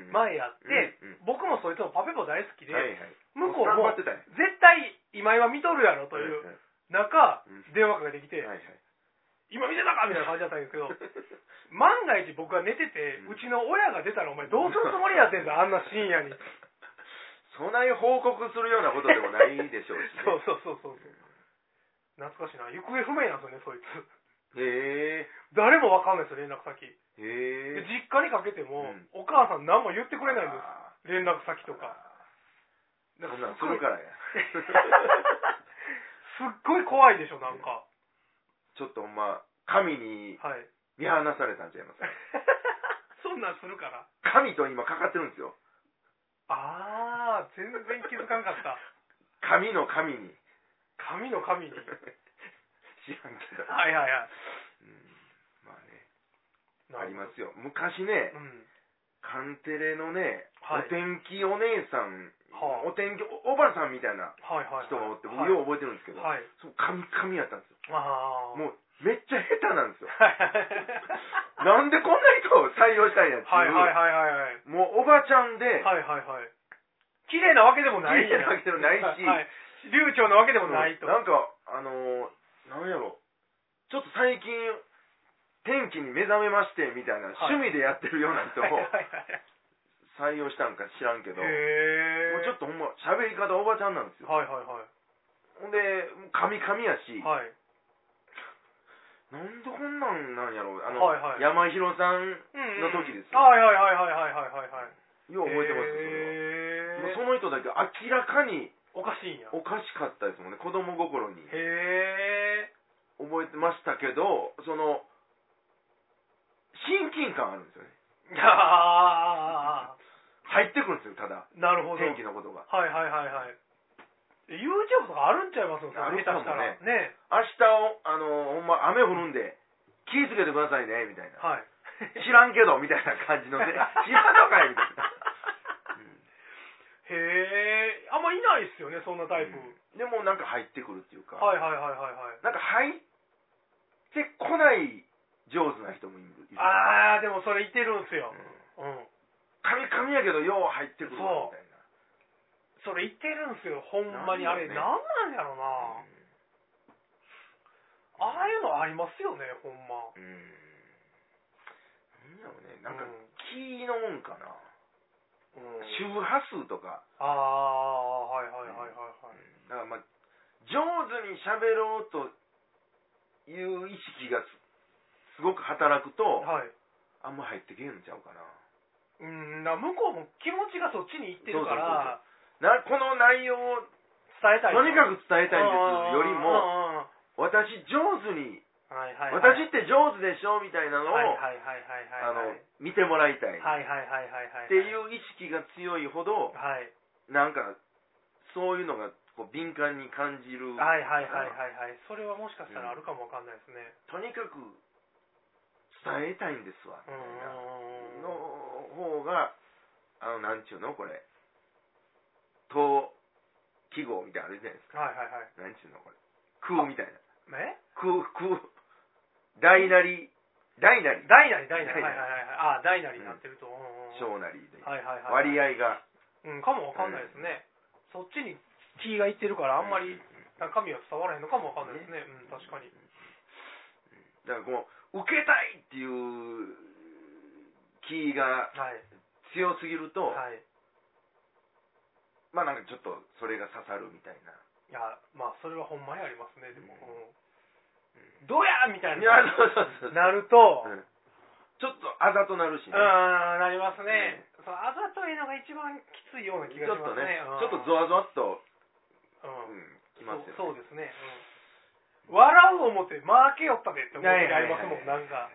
Speaker 1: うん
Speaker 2: 前やっ
Speaker 1: うん
Speaker 2: て、
Speaker 1: うん
Speaker 2: 僕もそいつもパペポ大好きで、
Speaker 1: はいはい
Speaker 2: 向こうも
Speaker 1: 頑張ってたね
Speaker 2: 絶対今井は見とるやろという
Speaker 1: はい
Speaker 2: 中、
Speaker 1: うん
Speaker 2: 電話かけてきて、
Speaker 1: はいはい
Speaker 2: 今見てたかみたいな感じだったんですけど、万が一僕が寝てて、
Speaker 1: うん
Speaker 2: うちの親が出たらお前どうするつもりやってんだ、あんな深夜に。、
Speaker 1: そない報告するようなことでもないでしょうし、ね
Speaker 2: そうそうそうそう。懐かしいな。行方不明なんですよね、そいつ。
Speaker 1: へえ
Speaker 2: 誰もわかんないですよ、連絡先。
Speaker 1: へえ
Speaker 2: で実家にかけても、
Speaker 1: うん
Speaker 2: お母さん何も言ってくれないんです。
Speaker 1: あ
Speaker 2: 連絡先
Speaker 1: ー
Speaker 2: とか。
Speaker 1: そんなんす るからや
Speaker 2: すっごい怖いでしょ、なんか。
Speaker 1: ちょっとほんま神に
Speaker 2: はい。
Speaker 1: 見放されたんちゃいます
Speaker 2: そんなんするから。
Speaker 1: 神と今かかってるんですよ
Speaker 2: あー、全然気づかんか った。
Speaker 1: 神の神に
Speaker 2: 神の神に。
Speaker 1: 知らんけど、
Speaker 2: はいはいはい。。
Speaker 1: うん、まあねありますすよ。昔ね
Speaker 2: う、ん。
Speaker 1: カンテレのね、
Speaker 2: はい
Speaker 1: お天気お姉さん、
Speaker 2: はあ
Speaker 1: お天気おおばさんみたいな
Speaker 2: はいはいはい。
Speaker 1: 人がおって、僕
Speaker 2: はい
Speaker 1: よう覚えてるんですけど、
Speaker 2: はい。
Speaker 1: そう、カミカミやったんですよ。
Speaker 2: ああ。
Speaker 1: もう、めっちゃ下手なんですよ。
Speaker 2: はい
Speaker 1: なんでこんな人を採用したんやっていう。
Speaker 2: はいはいはいはいはい。
Speaker 1: もう、おばちゃんで、
Speaker 2: はいはいはい。綺麗なわけでもない。
Speaker 1: 綺麗なわけでもないし
Speaker 2: はい。流暢なわけでもないと。
Speaker 1: なんか、あのー、なんやろ、ちょっと最近、天気に目覚めまして、みたいな、
Speaker 2: はい
Speaker 1: 趣味でやってるような人
Speaker 2: はいはい
Speaker 1: を
Speaker 2: はい
Speaker 1: 採用したんか知らんけど、もう
Speaker 2: へえ。
Speaker 1: ちょっとほんま、喋り方おばちゃんなんですよ。
Speaker 2: はいはいはい。
Speaker 1: ほんで、もうカミカミやし、
Speaker 2: はい。
Speaker 1: なんでこんなんなんやろ、あの、
Speaker 2: はいはい
Speaker 1: 山広さん、
Speaker 2: うん
Speaker 1: の時ですよ
Speaker 2: はいはいはいはいはいはいはいはい。
Speaker 1: よう覚えてますよ、
Speaker 2: へえ。
Speaker 1: それは。もうその人だけ明らかに
Speaker 2: おかしいんや。へ
Speaker 1: おかしかったですもんね、子供心に。
Speaker 2: え。
Speaker 1: 覚えてましたけど、その、親近感あるんですよね。
Speaker 2: ああ。
Speaker 1: 入ってくるんですよ、ただ。
Speaker 2: なるほど。
Speaker 1: 天気のことが。
Speaker 2: はいはいはいはい。YouTube とかあるんちゃいますの
Speaker 1: あるかもね
Speaker 2: 下手したら。ね。
Speaker 1: 明日を、あの、ほんま雨降るんで、気ぃつけてくださいね、みたいな。
Speaker 2: はい。
Speaker 1: 知らんけど、みたいな 感 じのね。知らんのかいみたいな。
Speaker 2: へえ。あんまいないっすよね、そんなタイプ。
Speaker 1: うんでもなんか入ってくるっていうか、
Speaker 2: はいはいはいはいはい。
Speaker 1: なんか入ってこない上手な人もいる。
Speaker 2: ああ、でもそれいてるんすよ
Speaker 1: う。ん
Speaker 2: うん。
Speaker 1: カミカミやけど、よう入ってくるわみたいな。
Speaker 2: それいてるんすよ、ほんまに。あれ、
Speaker 1: なん
Speaker 2: なんなんやろな。ああいうのありますよね、ほんま。
Speaker 1: うん。なんやろうね、なんか
Speaker 2: うん、
Speaker 1: 気のもんかな。
Speaker 2: うん
Speaker 1: 周波数とか、
Speaker 2: ああ、はいはいはいはいはい。
Speaker 1: だからまあ、上手に喋ろうという意識がすすごく働くと、
Speaker 2: はい。
Speaker 1: あんま入ってけんのちゃうかな。
Speaker 2: うん、だから向こうも気持ちがそっちに行ってるから、
Speaker 1: なこの内容を
Speaker 2: 伝えたい。
Speaker 1: とにか
Speaker 2: く
Speaker 1: く伝えたいんですよりも、
Speaker 2: も、
Speaker 1: 私上手に、
Speaker 2: はいはいはい。
Speaker 1: 私って上手でしょみたいなのを、
Speaker 2: はいはいはい
Speaker 1: あ
Speaker 2: はいはい。
Speaker 1: の、見てもらいたい。
Speaker 2: はいはいはいはいはい。。
Speaker 1: っていうう意識が強いほど、
Speaker 2: はい。
Speaker 1: なんか、そういうのがこう敏感に感じる。
Speaker 2: はいはいはいはいはい。それはもしかしたらあるかもわかんないですね。
Speaker 1: とにかく伝えたいんですわ、
Speaker 2: う
Speaker 1: みたいな。
Speaker 2: ん。
Speaker 1: の方が、あの、なんちゅうのこれ。と、記号みたいなのあるじゃないです
Speaker 2: はいはいはい。
Speaker 1: か。なんちゅうのこれ。空みたいな。
Speaker 2: え
Speaker 1: 空、空。大なり、大なり、
Speaker 2: ダイナリ、ダイナリ。
Speaker 1: ダイナリ
Speaker 2: はいはいはい。ああ、ダイナリになってると。うんうんうん
Speaker 1: 小なりで。
Speaker 2: はいはいはい。
Speaker 1: 割合が。
Speaker 2: うん、かもわかんないですね。そっちに気がいってるから、あんまり中身は伝わらへんのかもわかんないですね。うん、確かに。
Speaker 1: だからこう、受けたいっていう気が
Speaker 2: はい。
Speaker 1: 強すぎると、
Speaker 2: はい。
Speaker 1: まあなんかちょっとそれが刺さるみたいな。
Speaker 2: いや、まあ、それはほんまにありますね、でも。うんどうやみたい
Speaker 1: いや
Speaker 2: な。
Speaker 1: そうそうそう
Speaker 2: なると、
Speaker 1: うんちょっとあざとなる
Speaker 2: う
Speaker 1: し
Speaker 2: ん、
Speaker 1: ね。
Speaker 2: なりますね。そう、あざといのが一番きついような気
Speaker 1: ち
Speaker 2: が
Speaker 1: ょっ
Speaker 2: しま
Speaker 1: と
Speaker 2: すね。、
Speaker 1: ねちょっとゾワゾワっと、
Speaker 2: うん
Speaker 1: うん、きますよ
Speaker 2: そうそう
Speaker 1: ね。
Speaker 2: ですね、うん、笑う思って負けよったでって思う時ありますもんなんか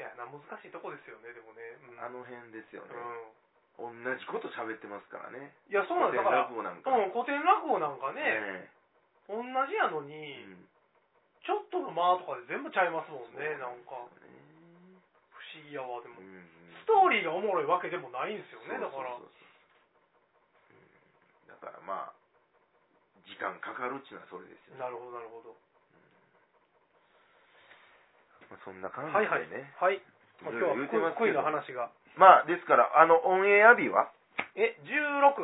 Speaker 2: せやな難しいとこですよねでもね、うん
Speaker 1: あの辺ですよね、
Speaker 2: うん
Speaker 1: 同じこと喋ってますからね
Speaker 2: いやそうなんですだから、う
Speaker 1: 古典落語なんか、
Speaker 2: ん、古典落語なんかね、
Speaker 1: ね
Speaker 2: 同じやの
Speaker 1: え
Speaker 2: に、
Speaker 1: うん
Speaker 2: ちょっとの間とかで全部ちゃいますもんね
Speaker 1: そう
Speaker 2: な
Speaker 1: なん
Speaker 2: んか不
Speaker 1: ね
Speaker 2: 思議やわでも、
Speaker 1: うん
Speaker 2: ストーリーがおもろいわけでもないんですよねだ
Speaker 1: そうそうそう
Speaker 2: から
Speaker 1: うんだからまあ時間かかるっていうのはそれですよね、
Speaker 2: なるほどなるほど、
Speaker 1: まあ、そんな感じ
Speaker 2: はいはい
Speaker 1: でね、
Speaker 2: はい、まあ、
Speaker 1: い
Speaker 2: 今
Speaker 1: ろい
Speaker 2: 日
Speaker 1: ろ言うて
Speaker 2: は
Speaker 1: ます
Speaker 2: 恋
Speaker 1: け
Speaker 2: 恋の
Speaker 1: ど
Speaker 2: 話が
Speaker 1: まあですからあのオンエア日は
Speaker 2: え16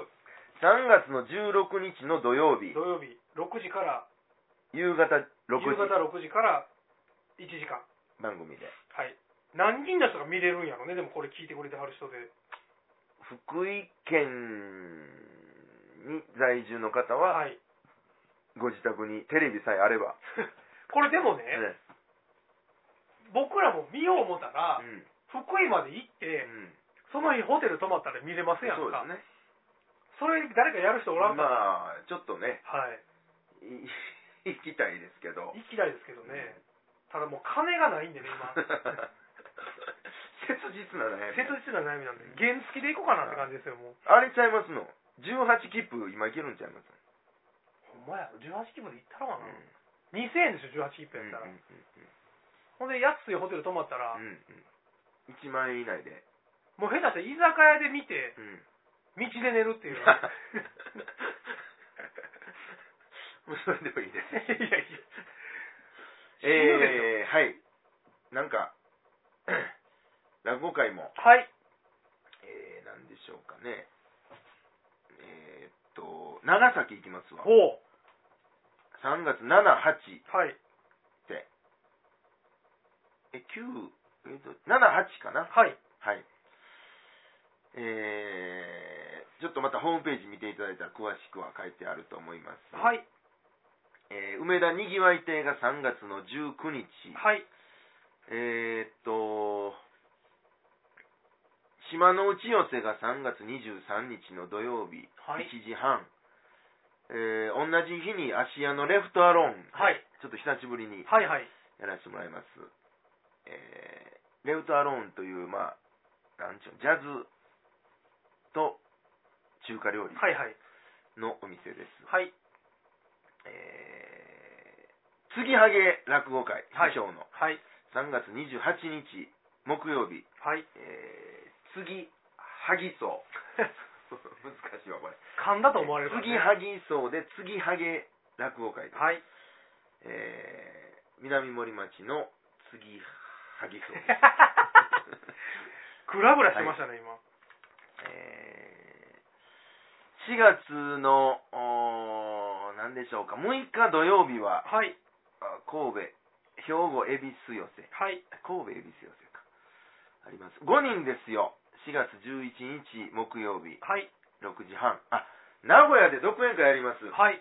Speaker 1: 3月の16日の土曜日
Speaker 2: 土曜日6時から
Speaker 1: 夕方6
Speaker 2: 夕
Speaker 1: 時
Speaker 2: 方6時から1時間
Speaker 1: 番組で
Speaker 2: はい何人の人が見れるんやろねでもこれ聞いてくれてはる人で
Speaker 1: 福井県に在住の方は
Speaker 2: はい
Speaker 1: ご自宅にテレビさえあれば、
Speaker 2: これでもね、
Speaker 1: ええ
Speaker 2: 僕らも見よう思ったら、
Speaker 1: うん
Speaker 2: 福井まで行って
Speaker 1: うん
Speaker 2: その日ホテル泊まったら見れますや
Speaker 1: そ
Speaker 2: ん
Speaker 1: うで
Speaker 2: か
Speaker 1: すね
Speaker 2: それ誰かやる人おらんか、
Speaker 1: まあちょっとね
Speaker 2: はい
Speaker 1: い 行きたいですけど
Speaker 2: 行きたいですけどね、ただもう金がないんでね今
Speaker 1: 切実な悩み
Speaker 2: 切実な悩みなんで原付きで行こうかなって感じですよもう
Speaker 1: あれちゃいますの18切符今いけるんちゃいます、
Speaker 2: ほんまや18期まで行ったらかな、
Speaker 1: うん
Speaker 2: 2000円でしょ18期っ
Speaker 1: う
Speaker 2: や
Speaker 1: ん
Speaker 2: ったら、
Speaker 1: うんうん
Speaker 2: ほんで安いホテル泊まったら、
Speaker 1: うんうん、1万円以内で、
Speaker 2: もう下手したら居酒屋で見て
Speaker 1: うん、。
Speaker 2: 道で寝るっていう
Speaker 1: もうそれでもいいです
Speaker 2: いやいや死ぬでしょ
Speaker 1: えー、はいなんか 落語会も
Speaker 2: はい。
Speaker 1: えー、なんでしょうかねえー、っと長崎行きますわ
Speaker 2: おう
Speaker 1: 3月78
Speaker 2: はい。
Speaker 1: え9えっと78かな
Speaker 2: はい。
Speaker 1: はいえー、ちょっとまたホームページ見ていただいたら詳しくは書いてあると思います、
Speaker 2: はい。
Speaker 1: えー梅田にぎわい亭が3月の19日、
Speaker 2: はい。
Speaker 1: えーっと、島の内寄せが3月23日の土曜日、
Speaker 2: はい
Speaker 1: 1時半、えー同じ日に芦屋のレフトアローン、
Speaker 2: はい。
Speaker 1: ちょっと久しぶりに
Speaker 2: はい。はい。
Speaker 1: やらせてもらいます。えーレフトアローンという、まあ、なんちゅうの、ジャズと中華料理
Speaker 2: はい。はい。
Speaker 1: のお店です。
Speaker 2: はい。
Speaker 1: えー、継ぎはげ落語会、
Speaker 2: はい
Speaker 1: 師匠の
Speaker 2: はい。
Speaker 1: 3月28日木曜日、
Speaker 2: はい。
Speaker 1: えー、次はぎそう 難しいわこれ
Speaker 2: 噛んだと思われるからね、
Speaker 1: 次はぎそうで次はげ落語会です、
Speaker 2: はい。
Speaker 1: えー、南森町の次はぎそう、
Speaker 2: グラグラしてましたね、今。
Speaker 1: えー、4月のおーなんでしょうか6日土曜日は
Speaker 2: はい。
Speaker 1: あ神戸兵庫恵比寿寄せ
Speaker 2: はい。
Speaker 1: 神戸恵比寿寄せかあります5人ですよ4月11日木曜日
Speaker 2: はい。
Speaker 1: 6時半あ名古屋で独演会やります
Speaker 2: はい。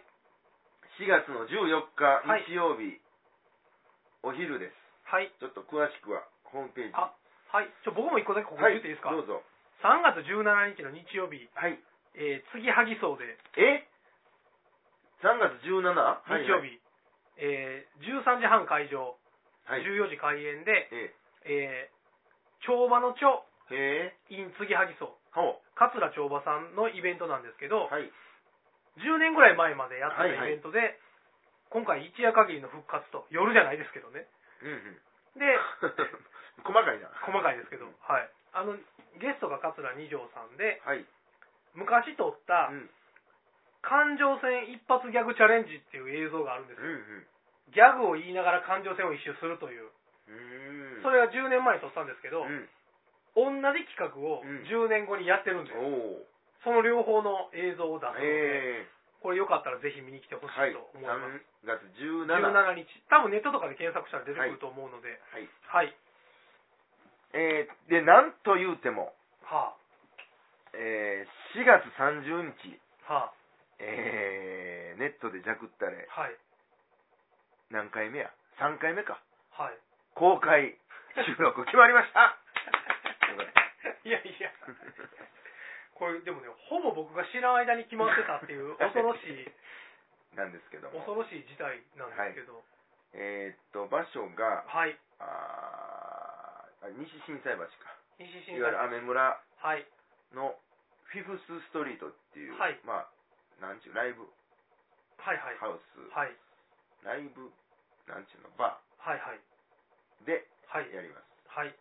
Speaker 1: 4月の14日、
Speaker 2: はい
Speaker 1: 日曜日お昼です
Speaker 2: はい。
Speaker 1: ちょっと詳しくはホームページ
Speaker 2: あはい。ちょ、僕も一個だけここ
Speaker 1: は
Speaker 2: 言っていいですか、
Speaker 1: どうぞ
Speaker 2: ?3 月17日の日曜日、
Speaker 1: はい
Speaker 2: えー、次はぎそうで、
Speaker 1: え3月 17? はい
Speaker 2: 日曜日、えー、13時半会場、
Speaker 1: はい、はい、
Speaker 2: 14時開演で、
Speaker 1: え
Speaker 2: えー、帳場の帳、
Speaker 1: えへえ
Speaker 2: in 次はぎそう、
Speaker 1: ほう
Speaker 2: 桂帳場さんのイベントなんですけど、
Speaker 1: はい
Speaker 2: 10年ぐらい前までやってた
Speaker 1: はいは
Speaker 2: イ
Speaker 1: い
Speaker 2: ベントで、今回一夜限りの復活と、夜じゃないですけどね。
Speaker 1: うんうん
Speaker 2: で、
Speaker 1: 細かいな
Speaker 2: 細かいですけど、はい。あの、ゲストが桂二条さんで、
Speaker 1: はい、
Speaker 2: 昔撮った
Speaker 1: うん、
Speaker 2: 環状線一発ギャグチャレンジっていう映像があるんです
Speaker 1: うん
Speaker 2: よ。ギャグを言いながら環状線を一周するという。
Speaker 1: うんうーん
Speaker 2: それが10年前に撮ったんですけど、
Speaker 1: うん
Speaker 2: 同じ企画を
Speaker 1: うん
Speaker 2: 10年後にやってるんですよ。
Speaker 1: おお
Speaker 2: その両方の映像を出すので、
Speaker 1: え
Speaker 2: これよかったらぜひ見に来てほ
Speaker 1: え
Speaker 2: し
Speaker 1: はいい
Speaker 2: と思います。
Speaker 1: 3月17
Speaker 2: 17日。多分ネットとかで検索したら出てくると思うので、
Speaker 1: はい
Speaker 2: はい。
Speaker 1: えー、でなんと言うても、
Speaker 2: は
Speaker 1: えー、4月30日
Speaker 2: あ、は
Speaker 1: えー、ネットでジャクったれ、
Speaker 2: あ、はい、
Speaker 1: 何回目や ?3 回目か。
Speaker 2: はい。
Speaker 1: 公開収 録決まりました
Speaker 2: い やいや、これでもね、ほぼ僕が知らん間に決まってたっていう恐ろし い、
Speaker 1: なんですけども。
Speaker 2: 恐ろしい事態なんですけど、
Speaker 1: えー、っと、場所が、
Speaker 2: はい、
Speaker 1: あーあ西心斎橋か。
Speaker 2: 西
Speaker 1: い
Speaker 2: 新
Speaker 1: わゆる
Speaker 2: は
Speaker 1: 雨村
Speaker 2: い、
Speaker 1: のフィフスストリートっていう、
Speaker 2: はい
Speaker 1: まあ、なんちゅう、ライブ
Speaker 2: はいはい、
Speaker 1: ハウス、
Speaker 2: はい、
Speaker 1: ライブ、なんちゅうの、バ
Speaker 2: はいはい、
Speaker 1: ーで
Speaker 2: はい、
Speaker 1: やります。
Speaker 2: はい、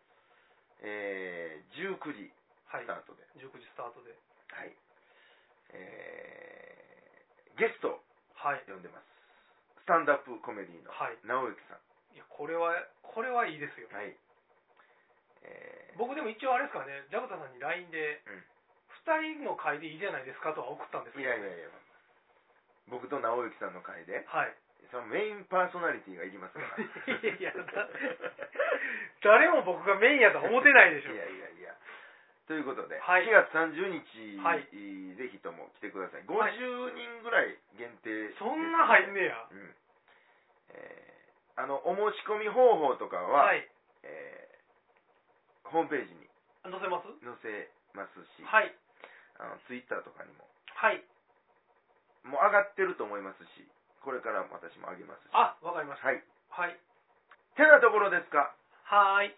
Speaker 1: えー、19時
Speaker 2: はい
Speaker 1: ス、タートで。
Speaker 2: 19時スタートで、
Speaker 1: はい。えー、ゲスト、
Speaker 2: はい、
Speaker 1: 読んでますスタンダップコメディの
Speaker 2: はい。
Speaker 1: 直之さん
Speaker 2: いや、これは、これはいいですよ。
Speaker 1: はいえー、
Speaker 2: 僕でも一応あれですからね、ジャクタさんに LINE で
Speaker 1: うん、
Speaker 2: 2人の会でいいじゃないですかとは送ったんです
Speaker 1: い
Speaker 2: けど、
Speaker 1: やいやいや僕と直之さんの会で
Speaker 2: はい。
Speaker 1: そのメインパーソナリティがいりますから
Speaker 2: いやいや、だ誰も僕がメインやとは思ってないでしょ
Speaker 1: い。やいやいやということで、
Speaker 2: はい
Speaker 1: 4月30日、
Speaker 2: はい
Speaker 1: ぜひとも来てください50
Speaker 2: はい
Speaker 1: 人ぐらい限定です
Speaker 2: そんな入んねや。
Speaker 1: うんえーあのお申し込み方法とかは、
Speaker 2: はい。
Speaker 1: えーホームページに
Speaker 2: 載せます
Speaker 1: 載せますし、
Speaker 2: はい。
Speaker 1: あのツイッターとかにも
Speaker 2: はい。
Speaker 1: もう上がってると思いますし、これから私も上げますし。
Speaker 2: あ、わかりました。
Speaker 1: はい。
Speaker 2: はい。
Speaker 1: てなところですか
Speaker 2: はーい。